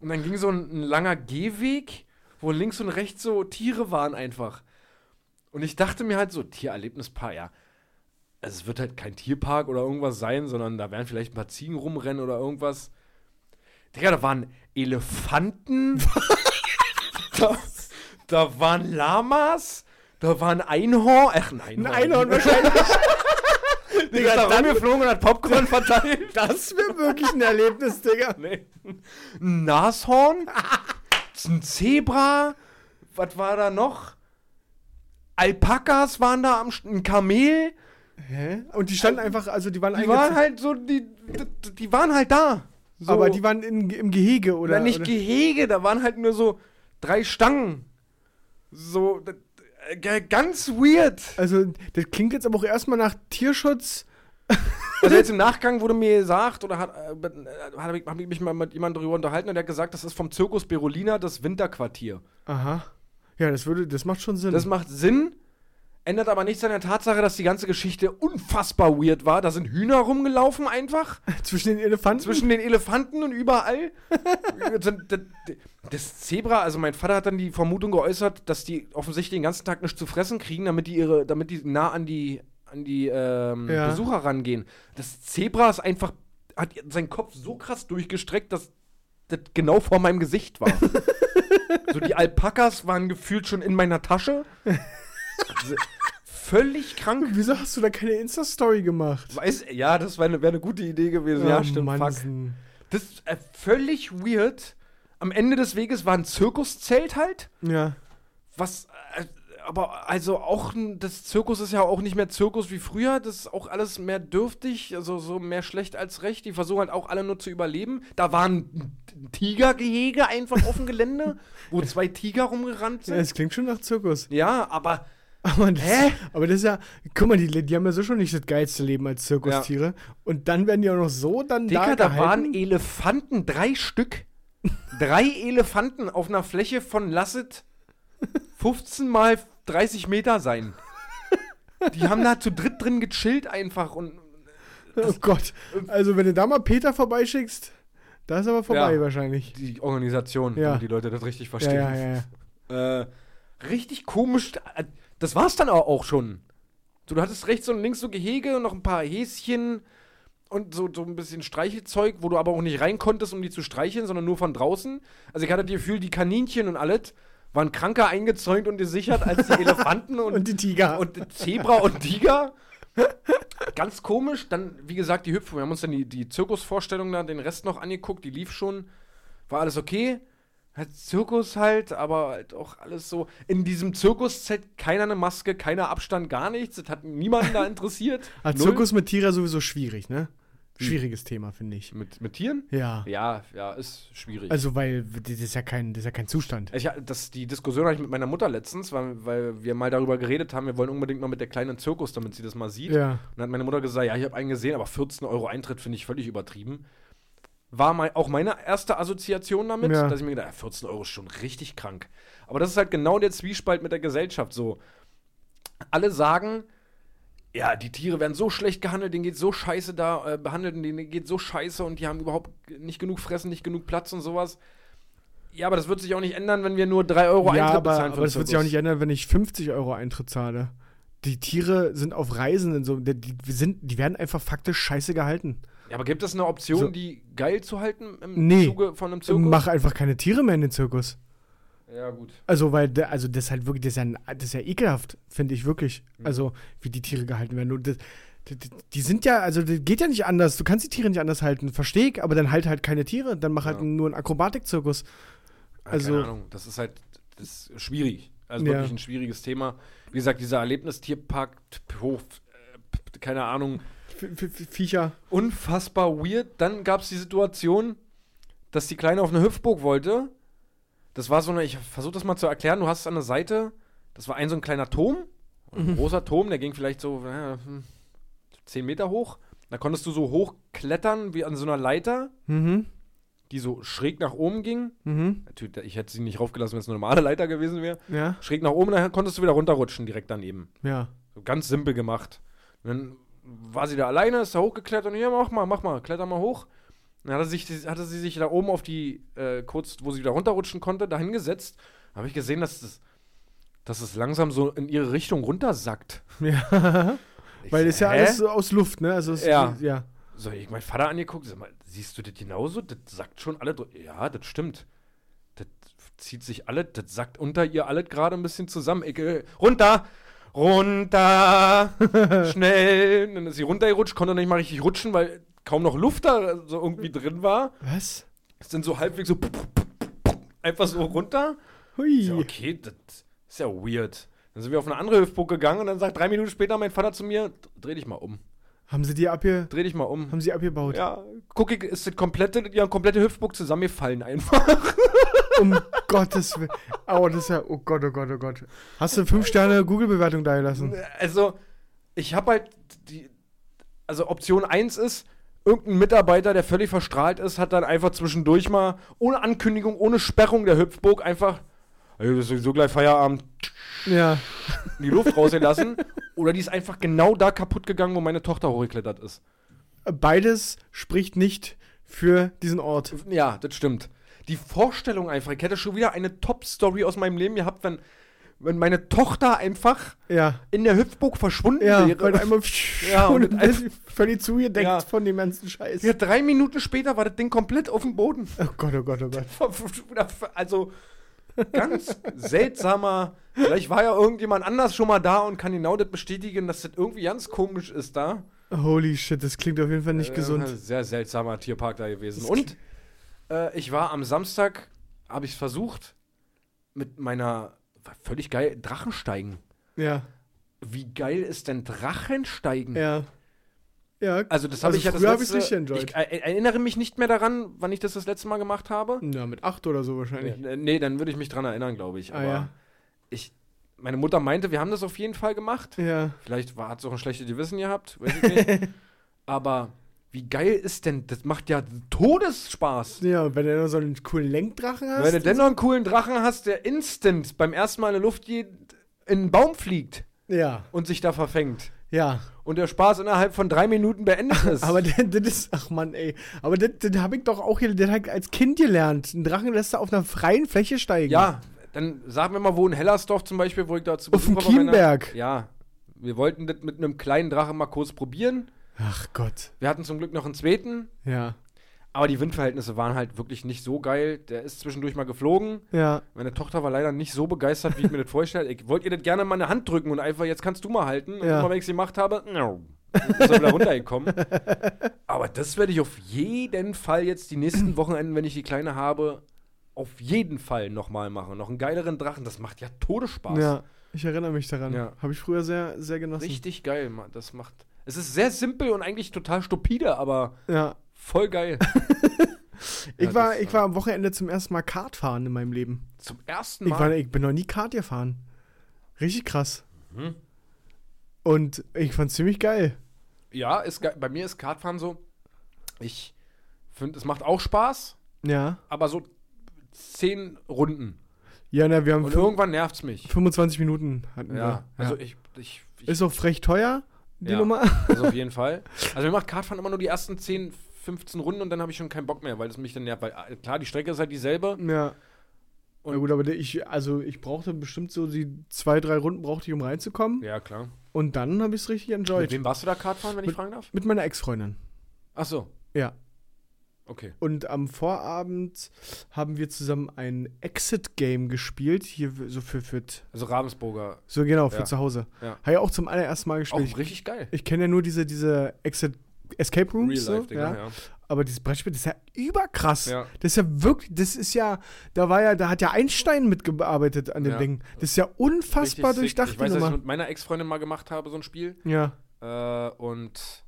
C: und dann ging so ein, ein langer Gehweg, wo links und rechts so Tiere waren einfach. Und ich dachte mir halt so, Tiererlebnispaar, ja. Also es wird halt kein Tierpark oder irgendwas sein, sondern da werden vielleicht ein paar Ziegen rumrennen oder irgendwas. Digga, da waren
B: [LAUGHS]
C: Elefanten. da, da waren Lamas. Da waren Einhorn. Ach, nein. [LAUGHS]
B: Ein Einhorn wahrscheinlich.
C: Digga, ist da
B: dann-
C: rumgeflogen und hat
B: [LAUGHS]
C: Popcorn verteilt.
B: Das wäre wirklich ein Erlebnis, Digga.
C: Nee. Ein Nashorn, ein Zebra, was war da noch? Alpakas waren da am St ein Kamel.
B: Hä? Und die standen einfach, also die waren
C: Die waren
B: eingezäunt.
C: halt so, die, die, die waren halt da. So.
B: Aber die waren in, im Gehege, oder?
C: Na, nicht
B: oder?
C: Gehege, da waren halt nur so drei Stangen. So, d- äh, ganz weird.
B: Also, das klingt jetzt aber auch erstmal nach Tierschutz.
C: Also jetzt im Nachgang wurde mir gesagt, oder hat, äh, hat, hab ich- hab ich mich mal mit jemandem darüber unterhalten und der hat gesagt, das ist vom Zirkus Berolina das Winterquartier.
B: Aha. Ja, das würde, das macht schon Sinn.
C: Das macht Sinn, ändert aber nichts an der Tatsache, dass die ganze Geschichte unfassbar weird war. Da sind Hühner rumgelaufen einfach,
B: zwischen den Elefanten.
C: zwischen den Elefanten und
B: [LAUGHS]
C: überall. Sind- d- d- Das Zebra, also mein Vater hat dann die Vermutung geäußert, dass die offensichtlich den ganzen Tag nichts zu fressen kriegen, damit die ihre, damit die nah an die, an die ähm,
B: Ja.
C: Besucher rangehen. Das Zebra ist einfach, hat seinen Kopf so krass durchgestreckt, dass das genau vor meinem Gesicht
B: [LAUGHS]
C: war. so die Alpakas waren gefühlt schon in meiner
B: [LAUGHS]
C: Tasche. Also, völlig krank.
B: Wieso hast du da keine Insta-Story gemacht?
C: Weiß, ja, das wäre eine wär ne gute Idee gewesen. ja,
B: Oh,
C: stimmt. Fuck.
B: Mansen.
C: Das ist äh, völlig weird. Am Ende des Weges war ein Zirkuszelt halt.
B: Ja.
C: Was, äh, aber also auch, n- das Zirkus ist ja auch nicht mehr Zirkus wie früher. Das ist auch alles mehr dürftig, also so mehr schlecht als recht. Die versuchen halt auch alle nur zu überleben. Da waren Tigergehege einfach auf dem Gelände, wo zwei Tiger rumgerannt
B: ja.
C: sind.
B: Es klingt schon nach Zirkus.
C: Ja, aber
B: Aber das,
C: Hä?
B: aber das ist ja, guck mal, die, die haben ja so schon nicht das geilste Leben als Zirkustiere. Und dann werden die auch noch so dann
C: Dicker,
B: da
C: da
B: gehalten.
C: waren eh- Elefanten, drei
B: [LAUGHS]
C: Stück. Drei Elefanten auf einer Fläche von Lasset 15 mal 30 Meter sein. Die haben da zu dritt drin gechillt einfach und
B: Oh Gott. Also, wenn du da mal Peter vorbeischickst, da ist aber vorbei
C: Ja.
B: wahrscheinlich.
C: die Organisation,
B: Ja.
C: damit die Leute das richtig
B: Ja,
C: verstehen.
B: ja, ja, ja.
C: Äh, richtig komisch. äh, Das war's dann auch auch schon. So, du hattest rechts und links so Gehege und noch ein paar Häschen und so, so ein bisschen Streichelzeug, wo du aber auch nicht rein konntest, um die zu streicheln, sondern nur von draußen. Also ich hatte das Gefühl, die Kaninchen und alles waren kranker eingezäunt und gesichert als
B: [LAUGHS]
C: die Elefanten und,
B: Und die Tiger.
C: und Zebra und Tiger. Ganz komisch. Dann, wie gesagt, die Hüpfung. Wir haben uns dann die, die Zirkusvorstellung da, den Rest noch angeguckt. Die lief schon. War alles okay. Halt Zirkus halt, aber halt auch alles so. In diesem Zirkuszelt keiner eine Maske, keiner Abstand, gar nichts. Das hat niemanden
B: [LAUGHS]
C: da interessiert.
B: Ah,
C: Null.
B: Zirkus mit Tieren sowieso schwierig, ne? Schwieriges Thema, finde ich.
C: Mit, mit Tieren?
B: Ja.
C: Ja, ja, ist schwierig.
B: Also, weil das ist ja kein, das ist ja kein Zustand.
C: Ich, ha- das, die Diskussion hatte ich mit meiner Mutter letztens, weil, weil wir mal darüber geredet haben, wir wollen unbedingt mal mit der Kleinen in den Zirkus, damit sie das mal sieht.
B: Ja.
C: Und dann hat meine Mutter gesagt, ja, ich habe einen gesehen, aber 14 Euro Eintritt finde ich völlig übertrieben. War mein, auch meine erste Assoziation damit,
B: Ja.
C: dass ich mir gedacht habe, 14 Euro ist schon richtig krank. Aber das ist halt genau der Zwiespalt mit der Gesellschaft so. Alle sagen, ja, die Tiere werden so schlecht gehandelt, denen geht so scheiße da, äh, behandelt und denen geht so scheiße und die haben überhaupt nicht genug Fressen, nicht genug Platz und sowas. Ja, aber das wird sich auch nicht ändern, wenn wir nur 3 Euro
B: ja,
C: Eintritt
B: aber,
C: bezahlen für
B: aber
C: den
B: das wird sich auch
C: Zirkus.
B: nicht ändern, wenn ich 50 Euro Eintritt zahle. Die Tiere sind auf Reisen in so, die, die sind, die werden einfach faktisch scheiße gehalten.
C: Ja, aber gibt es eine Option,
B: So.
C: die geil zu halten im
B: Also Nee.
C: Zuge von einem Zirkus?
B: Mach einfach keine Tiere mehr in den Zirkus.
C: ja, gut.
B: Also, weil, der- also das ist halt wirklich, das ist ja, ein- das ist ja ekelhaft, finde ich wirklich. Also, wie die Tiere gehalten werden. Und das, die, die- die sind ja, also das geht ja nicht anders. Du kannst die Tiere nicht anders halten, verstehe ich, aber dann halt halt keine Tiere, dann mach halt
C: Ja.
B: nur einen Akrobatikzirkus.
C: Ja,
B: Also-
C: Keine Ahnung, das ist halt das ist schwierig. Also
B: Ja.
C: wirklich ein schwieriges Thema. Wie gesagt, dieser Erlebnistierpark, T- Hof, äh, p- keine Ahnung,
B: V v v Viecher.
C: unfassbar weird. Dann gab es die Situation, dass die Kleine auf eine Hüpfburg wollte. Das war so eine, ich versuche das mal zu erklären, du hast es an der Seite, das war ein so ein kleiner Turm, ein großer Turm, der ging vielleicht so äh, 10 Meter hoch. Da konntest du so hoch klettern wie an so einer Leiter,
B: Mhm.
C: die so schräg nach oben ging.
B: Mhm.
C: Natürlich, ich hätte sie nicht raufgelassen, wenn es eine normale Leiter gewesen wäre.
B: Ja.
C: Schräg nach oben, dann konntest du wieder runterrutschen direkt daneben.
B: Ja. [LAUGHS]
C: So ganz simpel gemacht. Und dann war sie da alleine, ist da hochgeklettert und ja, mach mal, mach mal, kletter mal hoch. Dann hatte, sich, hatte sie sich da oben auf die, äh, kurz, wo sie wieder runterrutschen konnte, da hingesetzt. Da habe ich gesehen, dass das, dass es langsam so in ihre Richtung runtersackt.
B: Ja.
C: Ich
B: Weil
C: so,
B: das ist ja
C: hä?
B: alles so aus Luft, ne? Also es,
C: Ja.
B: ja.
C: So, ich mein Vater angeguckt, sag mal, siehst du das genauso? Das sackt schon alle. dr- Ja, das stimmt. Das zieht sich alle, das sackt unter ihr alle gerade ein bisschen zusammen. Ich, äh, runter! Runter! Schnell! Und Dann ist sie runtergerutscht, konnte nicht mal richtig rutschen, weil kaum noch Luft da so irgendwie drin war.
B: Was?
C: Ist dann so halbwegs so einfach so runter.
B: Hui.
C: Ich so, okay, das ist ja weird. Dann sind wir auf eine andere Hüftburg gegangen und dann sagt drei Minuten später mein Vater zu mir, dreh dich mal um.
B: Haben sie die abge
C: Dreh dich mal um.
B: haben sie abgebaut?
C: Ja, guck, ich, ist das komplette, ja, komplette Hüftburg zusammengefallen einfach.
B: Um [LAUGHS] Gottes Willen. Aua, das ist ja. Oh Gott, oh Gott, oh Gott. Hast du fünf Sterne Google-Bewertung dagelassen?
C: [LAUGHS] Also, ich habe halt die, also Option 1 ist, irgendein Mitarbeiter, der völlig verstrahlt ist, hat dann einfach zwischendurch mal, ohne Ankündigung, ohne Sperrung der Hüftburg einfach, ey, das ist sowieso gleich Feierabend,
B: Ja.
C: die Luft rausgelassen. Oder die ist einfach genau da kaputt gegangen, wo meine Tochter hochgeklettert ist.
B: Beides spricht nicht für diesen Ort.
C: Ja, das stimmt. Die Vorstellung einfach, ich hätte schon wieder eine Top-Story aus meinem Leben gehabt, wenn, wenn meine Tochter einfach
B: Ja.
C: in der Hüpfburg verschwunden
B: Ja,
C: wäre.
B: weil einmal
C: Ja, und
B: [LAUGHS] und alles völlig zugedeckt
C: Ja.
B: von dem ganzen Scheiß.
C: Ja, drei Minuten später war das Ding komplett auf dem Boden. [LAUGHS]
B: Oh Gott, oh Gott, oh Gott.
C: Also ganz seltsamer. Vielleicht war ja irgendjemand anders schon mal da und kann genau das bestätigen, dass das irgendwie ganz komisch ist da.
B: Holy shit, das klingt auf jeden Fall nicht
C: Äh,
B: gesund.
C: Sehr seltsamer Tierpark da gewesen.
B: Das
C: Und äh, ich war am Samstag, habe ich es versucht, mit meiner, war völlig geil, Drachensteigen.
B: Ja,
C: Wie geil ist denn Drachensteigen?
B: ja. Ja,
C: Also das habe
B: Also
C: ich ja das
B: früher hab ich's
C: letzte,
B: nicht enjoyed.
C: Ich äh, erinnere mich nicht mehr daran, wann ich das das letzte Mal gemacht habe.
B: ja, mit acht oder so wahrscheinlich.
C: Ich, äh, nee, dann würde ich mich dran erinnern, glaube ich.
B: Ah,
C: Aber
B: ja.
C: ich, meine Mutter meinte, wir haben das auf jeden Fall gemacht.
B: Ja.
C: Vielleicht war- hat es auch ein schlechtes Gewissen gehabt, weiß ich
B: [LAUGHS]
C: nicht. Aber wie geil ist denn, das macht ja Todesspaß.
B: Ja, und wenn du noch so einen coolen Lenkdrachen hast.
C: Wenn du denn noch einen coolen Drachen hast, der instant beim ersten Mal in der Luft geht, in einen Baum fliegt
B: ja,
C: und sich da verfängt.
B: ja.
C: Und der Spaß innerhalb von drei Minuten
B: [LAUGHS]
C: beendet ist.
B: Aber das, das ist, ach Mann, ey. Aber das, das habe ich doch auch hier, das hab ich als Kind gelernt. Ein Drachen lässt du auf einer freien Fläche steigen.
C: Ja, dann sagen wir mal, wo in Hellersdorf zum Beispiel, wo ich dazu
B: Auf dem Kienberg.
C: ne? Ja, wir wollten das mit einem kleinen Drachen mal kurz probieren.
B: Ach Gott.
C: Wir hatten zum Glück noch einen zweiten,
B: Ja.
C: aber die Windverhältnisse waren halt wirklich nicht so geil. Der ist zwischendurch mal geflogen.
B: Ja.
C: Meine Tochter war leider nicht so begeistert, wie ich mir das vorstelle. Ich wollte ihr das gerne mal eine Hand drücken und einfach, jetzt kannst du mal halten. Und
B: Ja.
C: immer wenn ich sie gemacht habe,
B: [LAUGHS]
C: no, ist er wieder runtergekommen. Aber das werde ich auf jeden Fall jetzt die nächsten Wochenenden, wenn ich die Kleine habe, auf jeden Fall nochmal machen. Noch einen geileren Drachen, das macht ja Todesspaß.
B: Ja. Ich erinnere mich daran.
C: Ja.
B: Habe ich früher sehr, sehr genossen.
C: Richtig geil, Mann. das macht... Es ist sehr simpel und eigentlich total stupide, aber
B: Ja.
C: voll geil.
B: Ich,
C: Ja,
B: war,
C: das,
B: ich war am Wochenende zum ersten Mal Kart fahren in meinem Leben.
C: Zum ersten
B: Ich,
C: Mal...
B: war, ich bin noch nie Kart gefahren. Richtig krass.
C: Mhm.
B: Und ich fand's ziemlich geil.
C: ja, ist geil. bei mir ist Kartfahren so, ich finde, es macht auch Spaß,
B: Ja.
C: aber so zehn Runden.
B: Ja, na, wir haben
C: Und
B: fün-
C: irgendwann nervt's mich.
B: 25 Minuten hatten
C: Ja,
B: wir.
C: also ich, ich, ich
B: Ist auch frech teuer. die
C: Ja.
B: Nummer.
C: [LAUGHS] Also auf jeden Fall. Also mir macht Kartfahren immer nur die ersten 10, 15 Runden und dann habe ich schon keinen Bock mehr, weil es mich dann nervt. Weil äh, klar, die Strecke ist halt dieselbe.
B: Ja.
C: Und-
B: Na gut, aber ich, also ich brauchte bestimmt so die zwei, drei Runden brauchte ich, um reinzukommen.
C: Ja, klar.
B: Und dann habe ich es richtig enjoyed.
C: Mit
B: Mit,
C: wem warst du da Kartfahren, wenn ich
B: Mit-
C: fragen darf?
B: meiner Ex-Freundin.
C: Ach so,
B: Ja.
C: okay.
B: Und am Vorabend haben wir zusammen ein Exit-Game gespielt. Hier so für, für
C: Also Ravensburger.
B: so genau, für
C: Ja.
B: zu Hause.
C: Ja.
B: Habe ich auch zum allerersten Mal
C: Auch
B: gespielt. Ich-
C: richtig geil.
B: Ich kenne ja nur diese, diese Exit Escape Rooms. so, ja.
C: ja.
B: Aber dieses Brettspiel, das ist ja überkrass.
C: Ja.
B: Das ist ja wirklich, das ist ja, da war ja, da hat ja Einstein mitgearbeitet an dem
C: Ja.
B: Ding. Das ist ja
C: Richtig
B: unfassbar
C: sick.
B: durchdacht,
C: Ich
B: die
C: weiß, dass ich
B: Nummer.
C: mit meiner Ex-Freundin mal gemacht habe, so ein Spiel.
B: Ja.
C: Äh, und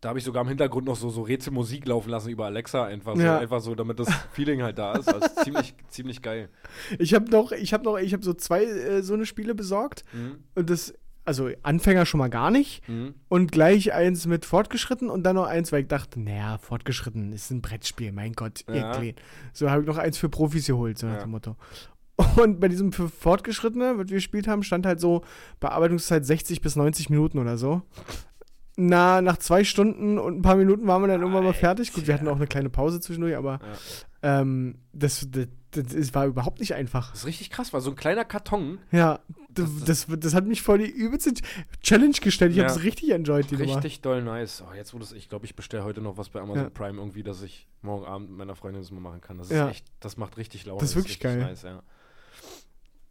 C: da habe ich sogar im Hintergrund noch so, so Rätselmusik laufen lassen über Alexa, einfach so,
B: Ja.
C: einfach so damit
B: [LAUGHS]
C: das Feeling halt da ist. Also ziemlich, ziemlich geil.
B: Ich habe noch, ich habe noch, ich habe so zwei äh, so eine Spiele besorgt
C: Mhm.
B: und das, also Anfänger schon mal gar nicht
C: Mhm.
B: und gleich eins mit fortgeschritten und dann noch eins, weil ich dachte, naja, fortgeschritten ist ein Brettspiel, mein Gott, ihr
C: Ja.
B: Kleen. So habe ich noch eins für Profis geholt, so nach
C: Ja.
B: dem Motto. Und bei diesem für Fortgeschrittene, was wir gespielt haben, stand halt so Bearbeitungszeit 60 bis 90 Minuten oder so. Na, nach zwei Stunden und ein paar Minuten waren wir dann irgendwann mal fertig. Gut, wir hatten auch eine kleine Pause zwischendurch, aber ähm, das, das, das, das war überhaupt nicht einfach.
C: Das ist richtig krass, war so ein kleiner Karton.
B: Ja, das, das, das hat mich voll die übelste Challenge gestellt. Ich
C: Ja.
B: habe es richtig enjoyed, die Nummer.
C: Richtig doll nice. Oh, jetzt wurde es, ich glaube, ich bestelle heute noch was bei Amazon
B: Ja.
C: Prime irgendwie, dass ich morgen Abend mit meiner Freundin das mal machen kann. Das ist
B: Ja.
C: echt, das macht richtig Laune.
B: Das ist wirklich
C: richtig
B: geil.
C: Nice, ja.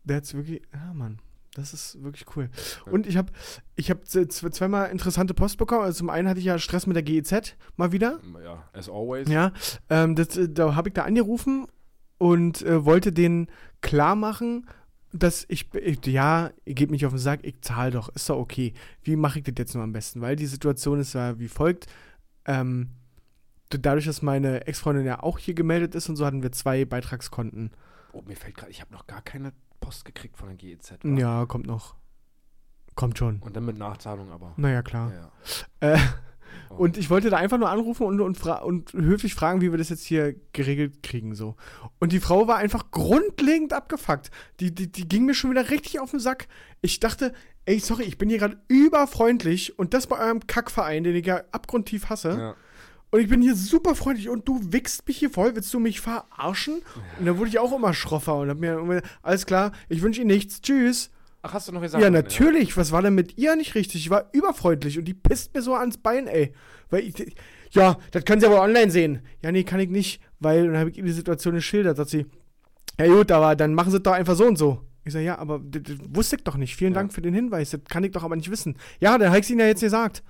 B: Der hat's wirklich. Ah, Mann. Das ist wirklich cool. Und ich habe ich hab z- z- zweimal interessante Post bekommen. Also zum einen hatte ich ja Stress mit der GEZ mal wieder.
C: ja, as always.
B: Ja, ähm, das, äh, da habe ich da angerufen und äh, wollte denen klar machen, dass ich, ich ja, ihr gebt mich auf den Sack, ich zahle doch, ist doch okay. Wie mache ich das jetzt nur am besten? Weil die Situation ist ja wie folgt. Ähm, d- dadurch, dass meine Ex-Freundin ja auch hier gemeldet ist und so hatten wir zwei Beitragskonten.
C: Oh, mir fällt gerade, ich habe noch gar keine Post gekriegt von der GEZ. wa?
B: Ja, kommt noch. Kommt schon.
C: Und dann mit Nachzahlung aber.
B: Naja, klar.
C: Ja.
B: Äh,
C: Oh.
B: Und ich wollte da einfach nur anrufen und, und, fra und höflich fragen, wie wir das jetzt hier geregelt kriegen. so. Und die Frau war einfach grundlegend abgefuckt. Die, die, die ging mir schon wieder richtig auf den Sack. Ich dachte, ey, sorry, ich bin hier gerade überfreundlich und das bei eurem Kackverein, den ich ja abgrundtief hasse.
C: ja.
B: Und ich bin hier super freundlich und du wickst mich hier voll. Willst du mich verarschen? Und dann wurde ich auch immer schroffer und hab mir immer, alles klar, ich wünsche Ihnen nichts, tschüss.
C: Ach, hast du noch gesagt?
B: Ja, natürlich. Was war denn mit ihr nicht richtig? Ich war überfreundlich und die pisst mir so ans Bein, ey. Weil ich, ja, das können sie aber online sehen. Ja, nee, kann ich nicht, weil dann habe ich ihr die Situation geschildert, sagt sie, ja gut, aber dann machen sie es doch einfach so und so. Ich sage, ja, aber das, das wusste ich doch nicht. Vielen
C: Ja.
B: Dank für den Hinweis. Das kann ich doch aber nicht wissen. Ja, dann habe ich es ihnen ja jetzt gesagt.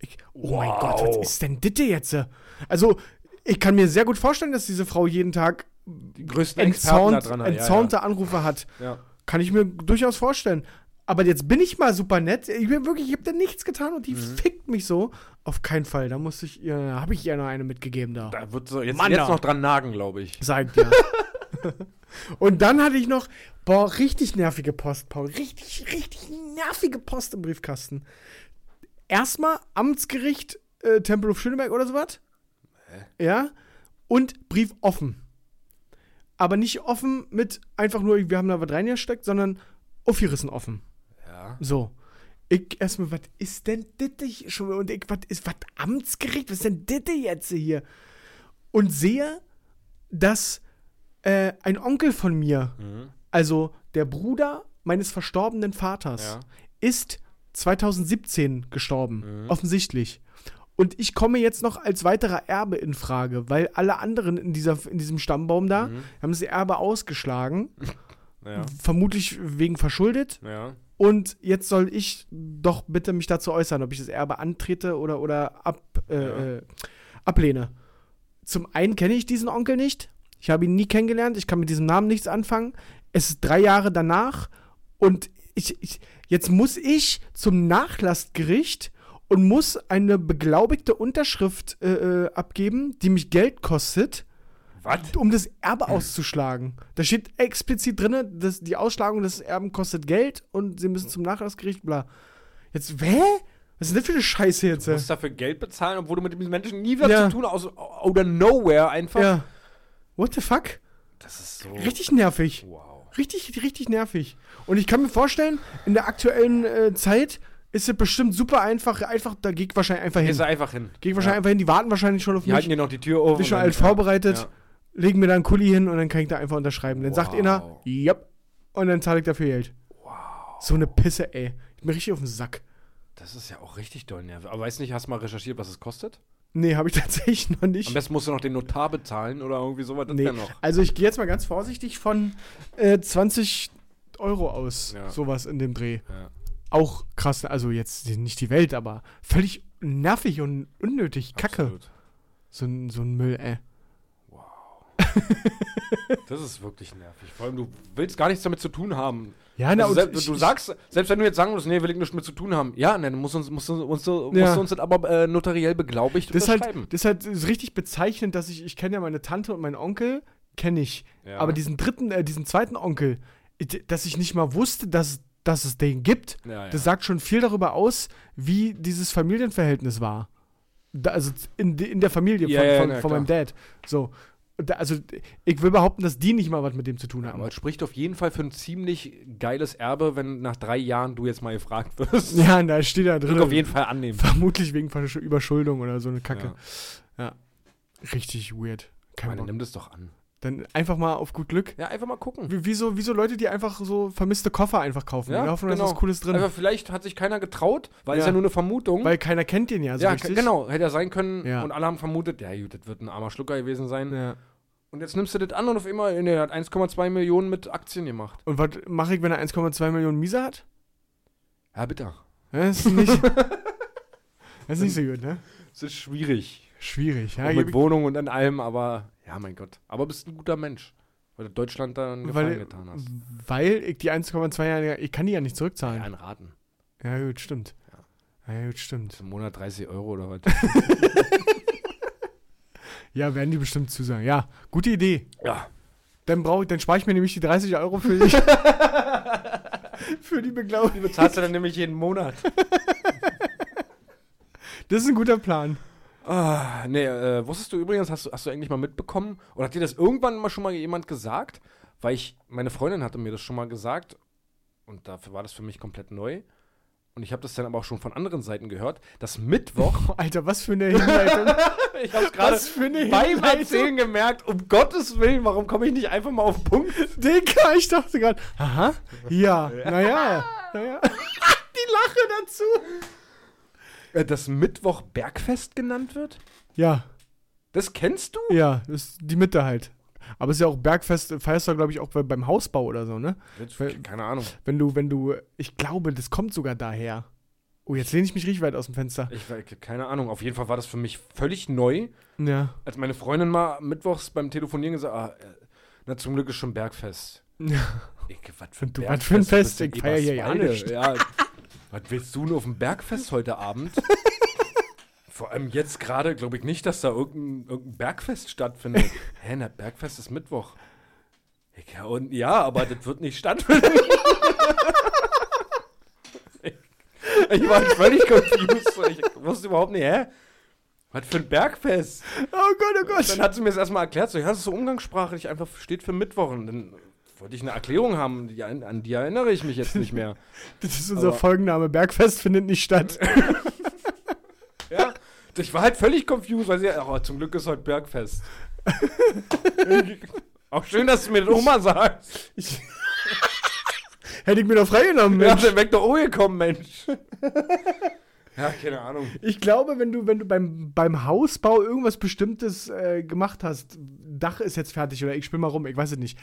B: Ich, oh mein
C: Wow.
B: Gott, was ist denn ditte jetzt? Also, ich kann mir sehr gut vorstellen, dass diese Frau jeden Tag
C: Die größten Experten da
B: entzaunt,
C: dran.
B: entzaunte Anrufe hat.
C: Ja, ja. Ja.
B: Kann ich mir durchaus vorstellen. Aber jetzt bin ich mal super nett. Ich bin wirklich, ich habe da nichts getan und die fickt mich so. Auf keinen Fall. Da musste ich ihr, habe ich ihr noch eine mitgegeben da.
C: Da wird so jetzt,
B: Mann,
C: jetzt
B: da.
C: noch dran nagen, glaube ich.
B: Sagt ja. [LAUGHS] und dann hatte ich noch, boah, richtig nervige Post, Paul. Richtig, richtig nervige Post im Briefkasten. Erstmal Amtsgericht äh, Tempelhof Schöneberg oder sowas. Ja. Und Brief offen. Aber nicht offen mit einfach nur, wir haben da was reingesteckt, sondern aufgerissen offen.
C: Ja.
B: So. Ich erstmal, was ist denn ditte hier schon? Und ich, was ist, was Amtsgericht? Was ist denn ditte jetzt hier? Und sehe, dass äh, ein Onkel von mir,
C: Mhm.
B: also der Bruder meines verstorbenen Vaters,
C: Ja.
B: ist 2017 gestorben.
C: Mhm.
B: Offensichtlich. Und ich komme jetzt noch als weiterer Erbe in Frage, weil alle anderen in, dieser, in diesem Stammbaum da haben das Erbe ausgeschlagen,
C: Mhm. Ja.
B: vermutlich wegen verschuldet.
C: Ja.
B: Und jetzt soll ich doch bitte mich dazu äußern, ob ich das Erbe antrete oder, oder ab, äh,
C: Ja.
B: äh, ablehne. Zum einen kenne ich diesen Onkel nicht. Ich habe ihn nie kennengelernt. Ich kann mit diesem Namen nichts anfangen. Es ist drei Jahre danach und ich, ich, jetzt muss ich zum Nachlassgericht und muss eine beglaubigte Unterschrift äh, äh, abgeben, die mich Geld kostet
C: Was?
B: um das Erbe auszuschlagen. Da steht explizit drin, dass die Ausschlagung des Erben kostet Geld und sie müssen zum Nachlassgericht, bla. Jetzt, hä? Was ist denn das für eine Scheiße jetzt?
C: Du
B: ey?
C: musst dafür Geld bezahlen, obwohl du mit diesen Menschen nie wieder
B: Ja.
C: zu tun hast, oder nowhere einfach.
B: Ja. What the fuck?
C: Das ist so.
B: Richtig nervig.
C: Wow.
B: Richtig, richtig nervig. Und ich kann mir vorstellen, in der aktuellen äh, Zeit ist es bestimmt super einfach. Einfach, da gehe ich wahrscheinlich einfach hin.
C: Gehst du einfach hin.
B: Gehe ich wahrscheinlich einfach hin. Die warten wahrscheinlich schon auf
C: Die halten
B: mich.
C: dir noch die Tür offen.
B: Bin schon
C: und
B: alt
C: dann-
B: vorbereitet.
C: Ja.
B: Legen mir da einen Kuli hin und dann kann ich da einfach unterschreiben. Dann sagt
C: Wow.
B: einer, yep. Und dann zahle ich dafür Geld. So eine Pisse, ey. Ich bin richtig auf den Sack.
C: Das ist ja auch richtig doll nervig. Aber weißt nicht, hast du mal recherchiert, was es kostet?
B: Nee, habe ich [LAUGHS] tatsächlich noch nicht.
C: Am besten musst du noch den Notar bezahlen oder irgendwie sowas. Das
B: Nee.
C: wär noch.
B: Also ich gehe jetzt mal ganz vorsichtig von äh, 20 Euro aus,
C: Ja.
B: sowas in dem Dreh.
C: Ja.
B: Auch krass, also jetzt nicht die Welt, aber völlig nervig und unnötig. Kacke.
C: Absolut.
B: So ein, so ein Müll, ey.
C: Das ist wirklich nervig. Vor allem, du willst gar nichts damit zu tun haben.
B: Ja, na,
C: also,
B: und
C: selbst,
B: ich-
C: du
B: ich-
C: sagst, selbst wenn du jetzt sagen würdest, nee, will ich nichts mit zu tun haben. Ja, nee, dann musst du uns, musst du uns, musst
B: Ja.
C: du uns das aber äh, notariell beglaubigt
B: Das ist, halt,
C: unterschreiben.
B: das ist halt ist richtig bezeichnend, dass ich, ich kenne ja meine Tante und meinen Onkel, kenne ich.
C: Ja.
B: Aber diesen dritten, äh, diesen zweiten Onkel, ich- dass ich nicht mal wusste, dass, dass es den gibt,
C: Ja, ja.
B: das sagt schon viel darüber aus, wie dieses Familienverhältnis war. Da, also in, de- in der Familie von,
C: Ja, ja,
B: von,
C: na,
B: von meinem Dad. So. Und Da, also ich will behaupten, dass die nicht mal was mit dem zu tun haben.
C: aber es spricht auf jeden Fall für ein ziemlich geiles Erbe, wenn nach drei Jahren du jetzt mal gefragt wirst.
B: [LAUGHS] Ja, da steht da
C: Würde
B: drin.
C: ich auf jeden Fall annehmen.
B: Vermutlich wegen Versch- Überschuldung oder so eine Kacke.
C: Ja.
B: Richtig weird. Kein
C: Meine,
B: Bock.
C: nimm das doch an.
B: Dann einfach mal auf gut Glück.
C: Ja, einfach mal gucken.
B: Wie, wie, so, wie so Leute, die einfach so vermisste Koffer einfach kaufen.
C: Ja,
B: die hoffen, da ist
C: genau.
B: was Cooles drin.
C: Aber vielleicht hat sich keiner getraut, weil
B: Ja.
C: es ja nur eine Vermutung.
B: weil keiner kennt den ja so
C: hm? ja,
B: richtig.
C: genau, hätte ja sein können.
B: Ja.
C: Und alle haben vermutet, ja gut, das wird ein armer Schlucker gewesen sein.
B: Ja.
C: Und jetzt nimmst du das an und auf einmal, nee, er hat 1,2 Millionen mit Aktien gemacht.
B: Und was mache ich, wenn er 1,2 Millionen Miese hat?
C: Ja, bitter. [LAUGHS]
B: Ja, Das ist nicht, das ist nicht so gut, ne?
C: Es ist schwierig.
B: Schwierig, ja.
C: Und
B: gebe
C: mit
B: ich-
C: Wohnung und an allem, aber ja, mein Gott. Aber bist ein guter Mensch. Weil du Deutschland da einen Gefallen
B: Weil,
C: getan hast.
B: weil ich die 1,2 Jahre, ich kann die ja nicht
C: Ja,
B: zurückzahlen.
C: ein Raten.
B: Ja, gut, stimmt. Ja. gut, stimmt.
C: Im Monat 30 Euro oder was.
B: Ja, werden die bestimmt zusagen. Ja, gute Idee.
C: [LAUGHS] ja.
B: Dann brauche ich, dann spare ich mir nämlich die [LAUGHS] 30 Euro
C: [LAUGHS]
B: für dich. für die Beglaubigung.
C: Bezahlst du dann nämlich jeden [LAUGHS] Monat.
B: Das ist ein guter Plan.
C: Ah, nee, äh, wusstest du übrigens, hast du, hast du eigentlich mal mitbekommen, oder hat dir das irgendwann mal schon mal jemand gesagt? Weil ich, meine Freundin hatte mir das schon mal gesagt und dafür war das für mich komplett neu. Und ich habe das dann aber auch schon von anderen Seiten gehört, dass Mittwoch,
B: Alter, was für eine Hinleitung.
C: [LAUGHS] ich [LAUGHS] habe
B: was für eine
C: beim
B: Hinleitung.
C: Erzählen gemerkt, um Gottes Willen, warum komme ich nicht einfach mal auf den Punkt?
B: Digga, ich dachte gerade, aha, ja, naja, naja. Die Lache dazu.
C: Äh, Dass Mittwoch Bergfest genannt wird?
B: Ja,
C: Das kennst du?
B: ja, das ist die Mitte halt. Aber es ist ja auch Bergfest, äh, feierst du, glaube ich, auch bei- beim Hausbau oder so, ne?
C: Keine Ahnung.
B: Wenn du, wenn du, ich glaube, das kommt sogar daher. Oh, jetzt lehne ich mich richtig weit aus dem Fenster.
C: Ich weiß- keine Ahnung. Auf jeden Fall war das für mich völlig neu.
B: Ja.
C: als meine Freundin mal mittwochs beim Telefonieren gesagt hat, ah, äh, na zum Glück ist schon
B: [LAUGHS]
C: Bergfest. Ich, was für
B: Du, was für ein Fest,
C: bist du
B: ich feier hier ja
C: Eberswalde? Ja. Was willst du nur auf dem Bergfest heute
B: [LAUGHS]
C: Abend? Vor allem jetzt gerade glaube ich nicht, dass da irgendein, irgendein Bergfest
B: [LAUGHS]
C: stattfindet. Hä, na, Bergfest ist Mittwoch. Ich, ja, und, ja, aber das wird nicht
B: [LAUGHS]
C: stattfinden. ich, ich war völlig confused. Ich wusste überhaupt nicht, hä? Was für ein Bergfest?
B: Oh Gott, oh
C: Dann
B: Gott.
C: hat sie mir das erstmal erklärt, so, ja, das ist so umgangssprachlich, einfach steht für Mittwoch. Und dann wollte ich eine Erklärung haben, die, an, an die erinnere ich mich jetzt nicht mehr.
B: Das ist unser
C: aber-
B: Folgenname. Bergfest findet nicht statt.
C: [LAUGHS] ja? Ich war halt völlig confused, weil sie, oh, zum Glück ist heute [LAUGHS] Bergfest. Auch schön, dass du mir das Oma sagst.
B: [LAUGHS] Hätte ich mir doch freigenommen,
C: Wir haben
B: Mensch.
C: den weg der Ohe gekommen, [LAUGHS] Mensch. ja, keine Ahnung.
B: Ich glaube, wenn du, wenn du beim, beim Hausbau irgendwas Bestimmtes äh, gemacht hast, Dach ist jetzt fertig oder ich spiel mal rum, ich weiß es nicht.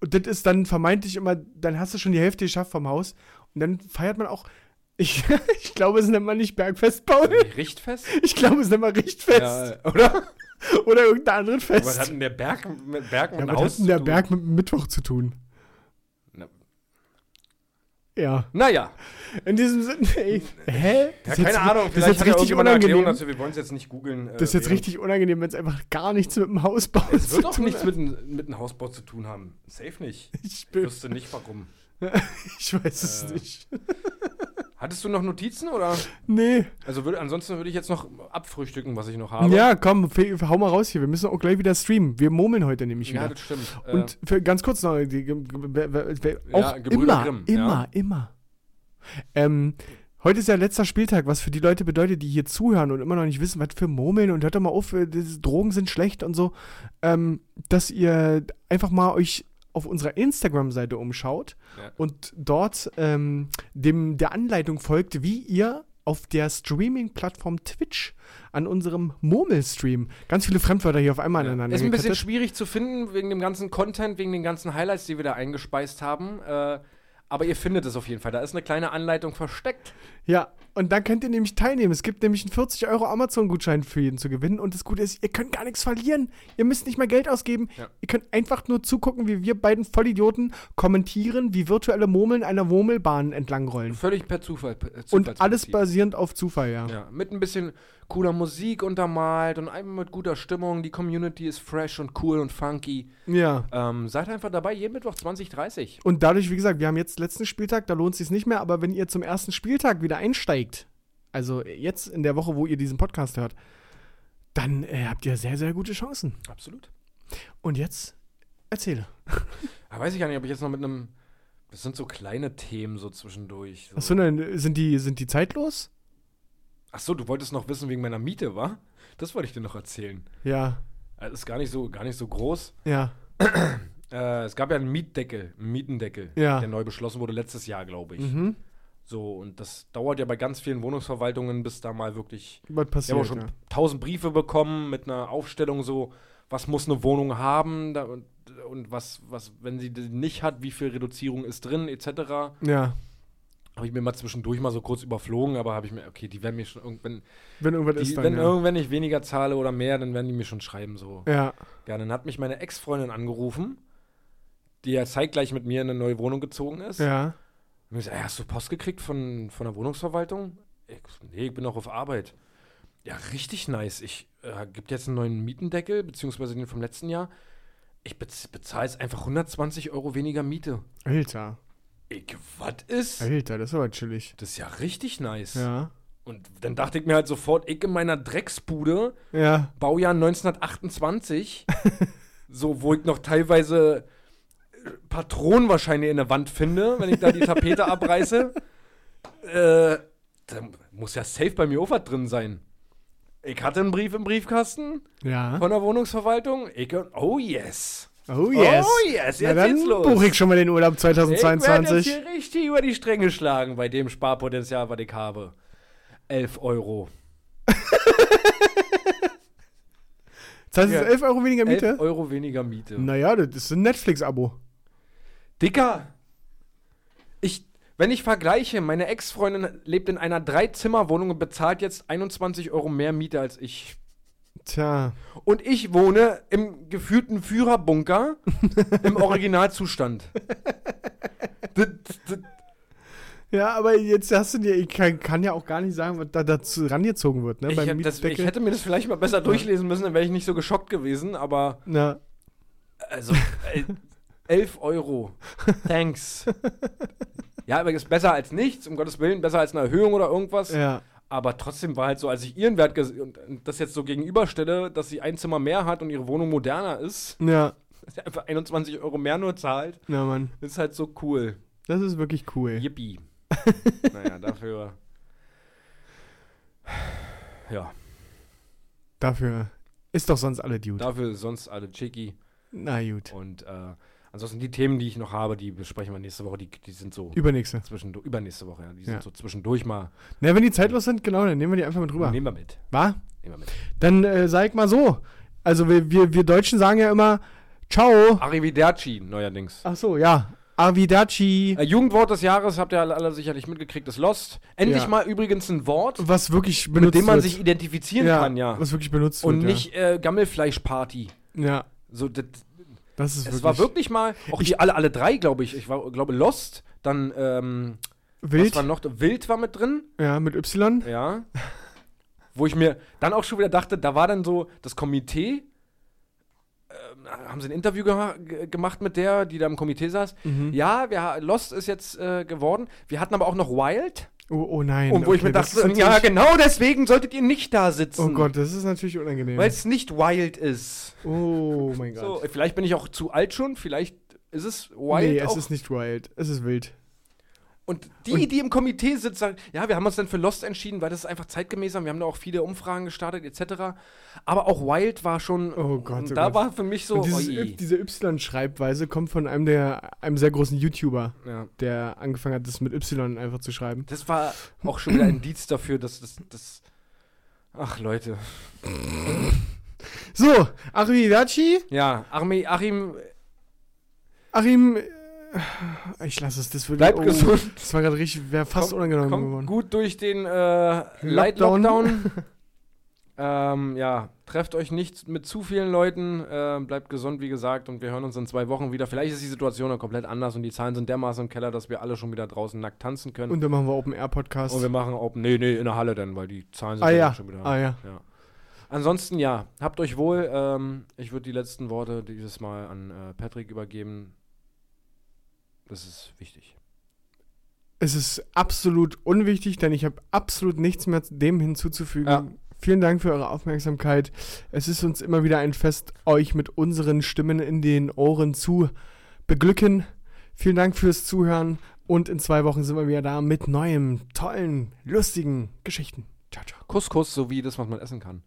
B: Und das ist dann vermeintlich immer, dann hast du schon die Hälfte geschafft vom Haus und dann feiert man auch. Ich, [LAUGHS] ich glaube, es nennt man nicht Bergfest, Paul.
C: Richtfest?
B: Ich glaube, es nennt man Richtfest
C: Ja, oder?
B: oder irgendein anderes
C: Was hat
B: Fest.
C: denn der Berg mit, Berg mit
B: Ja,
C: dem
B: was
C: Haus
B: hat denn der
C: zu tun?
B: Berg mit Mittwoch zu tun?
C: Na-
B: Ja.
C: Naja.
B: In diesem Sinne, [LAUGHS] ey. Hä?
C: Ja,
B: Das ist
C: keine
B: jetzt-
C: Ahnung,
B: Das ist
C: vielleicht hat
B: jetzt
C: er
B: richtig
C: irgendjemand eine Erklärung
B: unangenehm.
C: dazu. Wir wollen es jetzt nicht googeln. äh,
B: Das ist jetzt
C: während-
B: richtig unangenehm, wenn es einfach gar nichts mit dem Hausbau
C: Es
B: zu
C: wird auch
B: tun
C: nichts mit,
B: hat.
C: n- mit einem Hausbau zu tun haben. Safe nicht.
B: Ich,
C: Ich
B: bin,
C: wüsste nicht warum.
B: ich weiß es
C: Äh.
B: nicht.
C: Hattest du noch Notizen oder?
B: Nee.
C: Also würd, ansonsten würde ich jetzt noch abfrühstücken, was ich noch habe.
B: ja, komm, fe- hau mal raus hier. Wir müssen auch gleich wieder streamen. Wir murmeln heute nämlich
C: ja
B: wieder.
C: das stimmt. Äh,
B: Und für, ganz kurz noch, die, ge- ge- be- be- be-
C: Ja,
B: auch
C: Gebrüder
B: immer,
C: Grimm,
B: immer,
C: ja.
B: immer. Ähm, Heute ist ja letzter Spieltag, was für die Leute bedeutet, die hier zuhören und immer noch nicht wissen, was für Murmeln und hört doch mal auf, äh, das- Drogen sind schlecht und so, ähm, dass ihr einfach mal euch auf unserer Instagram-Seite umschaut
C: Ja.
B: und dort ähm, dem der Anleitung folgt, wie ihr auf der Streaming-Plattform Twitch an unserem Murmelstream ganz viele Fremdwörter hier auf einmal aneinander
C: Ist ein bisschen
B: gekettet.
C: schwierig zu finden wegen dem ganzen Content, wegen den ganzen Highlights, die wir da eingespeist haben. Äh, aber ihr findet es auf jeden Fall. Da ist eine kleine Anleitung versteckt.
B: Ja, und dann könnt ihr nämlich teilnehmen. Es gibt nämlich einen 40 Euro Amazon-Gutschein für jeden zu gewinnen. Und das Gute ist, ihr könnt gar nichts verlieren. Ihr müsst nicht mal Geld ausgeben.
C: Ja.
B: Ihr könnt einfach nur zugucken, wie wir beiden Vollidioten kommentieren, wie virtuelle Murmeln einer Murmelbahn entlangrollen.
C: Völlig per Zufall. äh,
B: Und alles
C: Zufallsprinzip.
B: basierend auf Zufall, ja.
C: Ja, mit ein bisschen cooler Musik untermalt und einfach mit guter Stimmung. Die Community ist fresh und cool und funky.
B: Ja.
C: Ähm, seid einfach dabei, jeden Mittwoch 2030.
B: Und dadurch, wie gesagt, wir haben jetzt letzten Spieltag, da lohnt es sich nicht mehr. Aber wenn ihr zum ersten Spieltag wieder einsteigt, also jetzt in der Woche, wo ihr diesen Podcast hört, dann äh, habt ihr sehr, sehr gute Chancen.
C: Absolut.
B: Und jetzt erzähle.
C: Aber Ah, weiß ich gar nicht, ob ich jetzt noch mit einem. Das sind so kleine Themen so zwischendurch. So.
B: Was sind denn, sind die, sind die zeitlos?
C: Ach so, du wolltest noch wissen wegen meiner Miete, wa? Das wollte ich dir noch erzählen.
B: Ja,
C: Also ist gar nicht so, gar nicht so groß.
B: ja.
C: Äh, es gab ja einen Mietdeckel, einen Mietendeckel,
B: Ja.
C: der neu beschlossen wurde letztes Jahr, glaube ich.
B: Mhm.
C: So, und das dauert ja bei ganz vielen Wohnungsverwaltungen, bis da mal wirklich
B: Was
C: Ich habe auch
B: passiert?
C: schon
B: Ja.
C: tausend Briefe bekommen mit einer Aufstellung so, was muss eine Wohnung haben da, und, und was, was, wenn sie die nicht hat, wie viel Reduzierung ist drin, etc. Habe
B: ja.
C: ich mir mal zwischendurch mal so kurz überflogen, aber habe ich mir, okay, die werden mir schon irgendwann,
B: Wenn irgendwas
C: die,
B: ist dann.
C: wenn
B: ja.
C: irgendwann ich weniger zahle oder mehr, dann werden die mir schon schreiben so.
B: ja.
C: Ja, dann hat mich meine Ex-Freundin angerufen, die ja zeitgleich mit mir in eine neue Wohnung gezogen ist.
B: Ja.
C: Und ich so, "Ey, hast du Post gekriegt von, von der Wohnungsverwaltung? Ich, so, nee, ich bin noch auf Arbeit. Ja, richtig nice. Ich äh, gibt jetzt einen neuen Mietendeckel, beziehungsweise den vom letzten Jahr. Ich bez bezahle jetzt einfach 120 Euro weniger Miete.
B: Alter.
C: Ich, was ist?
B: Alter, das ist aber chillig.
C: Das ist ja richtig nice.
B: Ja.
C: Und dann dachte ich mir halt sofort, ich in meiner Drecksbude,
B: Ja.
C: Baujahr 1928, so wo ich noch teilweise äh, Patronen wahrscheinlich in der Wand finde, wenn ich da die Tapete abreiße, äh, da muss ja safe bei mir auch was drin sein. Ich hatte einen Brief im Briefkasten
B: Ja.
C: von der Wohnungsverwaltung. Ich, oh yes.
B: Oh yes.
C: Oh yes,
B: Na
C: jetzt
B: dann
C: geht's los.
B: buche ich schon mal den Urlaub
C: Ich
B: 2022.
C: werde jetzt hier richtig über die Stränge schlagen bei dem Sparpotenzial, was ich habe. 11 Euro.
B: Das heißt, es ist
C: Ja.
B: 11 Euro weniger
C: 11
B: Miete?
C: Euro weniger Miete.
B: Naja, das ist ein Netflix-Abo.
C: Dicker! Ich, wenn ich vergleiche, meine Ex-Freundin lebt in einer Drei-Zimmer-Wohnung und bezahlt jetzt 21 Euro mehr Miete als ich.
B: Tja.
C: Und ich wohne im gefühlten Führerbunker im Originalzustand. Das- das-
B: Ja, aber jetzt hast du dir, ich kann, kann ja auch gar nicht sagen, was da dazu rangezogen wird, ne?
C: ich, hab das, ich hätte mir das vielleicht mal besser durchlesen müssen, dann wäre ich nicht so geschockt gewesen, aber
B: Na,
C: also äh, 11 Euro. Thanks. Ja, aber ist besser als nichts, um Gottes Willen, besser als eine Erhöhung oder irgendwas.
B: ja.
C: Aber trotzdem war halt so, als ich ihren Wert ges- und und das jetzt so gegenüberstelle, dass sie ein Zimmer mehr hat und ihre Wohnung moderner ist, [LAUGHS]
B: Ja.
C: dass sie einfach 21 Euro mehr nur zahlt,
B: Na, Mann.
C: ist halt so cool.
B: Das ist wirklich cool.
C: Yippie. naja, dafür. Ja,
B: Dafür ist doch sonst alle Dude.
C: dafür sonst alle chicky.
B: Na gut.
C: Und äh, ansonsten die Themen, die ich noch habe, die besprechen wir nächste Woche. Die, die sind so
B: Übernächste.
C: zwischendurch, übernächste Woche, ja. Die
B: Ja.
C: sind so zwischendurch mal.
B: Na, wenn die zeitlos sind, genau, dann nehmen wir die einfach mit rüber.
C: Nehmen wir mit.
B: Wa?
C: Nehmen wir mit.
B: Dann äh, sag ich mal so. Also wir, wir, wir Deutschen sagen ja immer Ciao.
C: Arrivederci neuerdings.
B: Ach so, ja. Avidaci.
C: Äh, Jugendwort des Jahres habt ihr alle, alle sicherlich mitgekriegt, ist Lost. Endlich
B: Ja.
C: mal übrigens ein Wort,
B: Was wirklich benutzt
C: mit dem man
B: wird.
C: sich identifizieren
B: ja,
C: kann, ja.
B: Was wirklich benutzt
C: Und
B: wird.
C: nicht äh, Gammelfleischparty.
B: Ja, ja
C: So, das,
B: das ist
C: es
B: wirklich,
C: war wirklich mal, auch die alle, alle drei, glaube ich. Ich war, glaube, Lost, dann ähm, was
B: wild.
C: war noch? Wild war mit drin,
B: Ja, mit Y. [LAUGHS]
C: ja. Wo ich mir dann auch schon wieder dachte, da war dann so das Komitee. ähm, Haben sie ein Interview geha- ge gemacht mit der, die da im Komitee saß?
B: Mhm.
C: Ja, wir, ha- Lost ist jetzt äh, geworden. Wir hatten aber auch noch Wild.
B: Oh, oh nein.
C: Und wo ich
B: okay,
C: mir
B: das
C: dachte,
B: ist
C: ja,
B: natürlich-
C: genau deswegen solltet ihr nicht da sitzen.
B: Oh Gott, das ist natürlich unangenehm.
C: Weil es nicht wild ist.
B: Oh
C: [LAUGHS]
B: mein
C: So,
B: Gott.
C: vielleicht bin ich auch zu alt schon, vielleicht ist es wild
B: nee, es
C: auch.
B: ist nicht wild. Es ist wild.
C: und Und die, die im Komitee sitzen, sagen, ja, wir haben uns dann für Lost entschieden, weil das ist einfach zeitgemäßer. Wir haben da auch viele Umfragen gestartet, etc. Aber auch Wild war schon,
B: Oh Gott, oh
C: da
B: Gott.
C: war für mich so,
B: Und dieses,
C: oi.
B: Y- diese Y-Schreibweise kommt von einem der einem sehr großen YouTuber,
C: ja.
B: der angefangen hat, das mit Y einfach zu schreiben.
C: das war auch schon wieder ein Indiz dafür, dass das, das ach Leute.
B: So, Arrivederci.
C: Ja, Achim, Achim
B: Achim, äh, ich lasse es, das wird oh,
C: Bleib gesund.
B: Das war gerade richtig, wäre fast
C: Komm-
B: unangenehm
C: kommt
B: geworden.
C: gut durch den äh, Light Lockdown.
B: [LAUGHS]
C: ähm, ja, trefft euch nicht mit zu vielen Leuten, äh, bleibt gesund, wie gesagt, und wir hören uns in zwei Wochen wieder. Vielleicht ist die Situation noch komplett anders und die Zahlen sind dermaßen im Keller, dass wir alle schon wieder draußen nackt tanzen können.
B: Und dann machen wir Open Air Podcast.
C: Und Oh, wir machen Open. Nee, nee, in der Halle dann, weil die Zahlen sind
B: ah ja,
C: schon wieder.
B: ah ja.
C: Ansonsten ja, habt euch wohl. Ähm, ich würde die letzten Worte dieses Mal an äh, Patrick übergeben. Das ist wichtig.
B: Es ist absolut unwichtig, denn ich habe absolut nichts mehr dem hinzuzufügen.
C: Ja.
B: Vielen Dank für eure Aufmerksamkeit. Es ist uns immer wieder ein Fest, euch mit unseren Stimmen in den Ohren zu beglücken. Vielen Dank fürs Zuhören und in zwei Wochen sind wir wieder da mit neuen, tollen, lustigen Geschichten. Ciao, ciao.
C: Couscous sowie das, was man essen kann.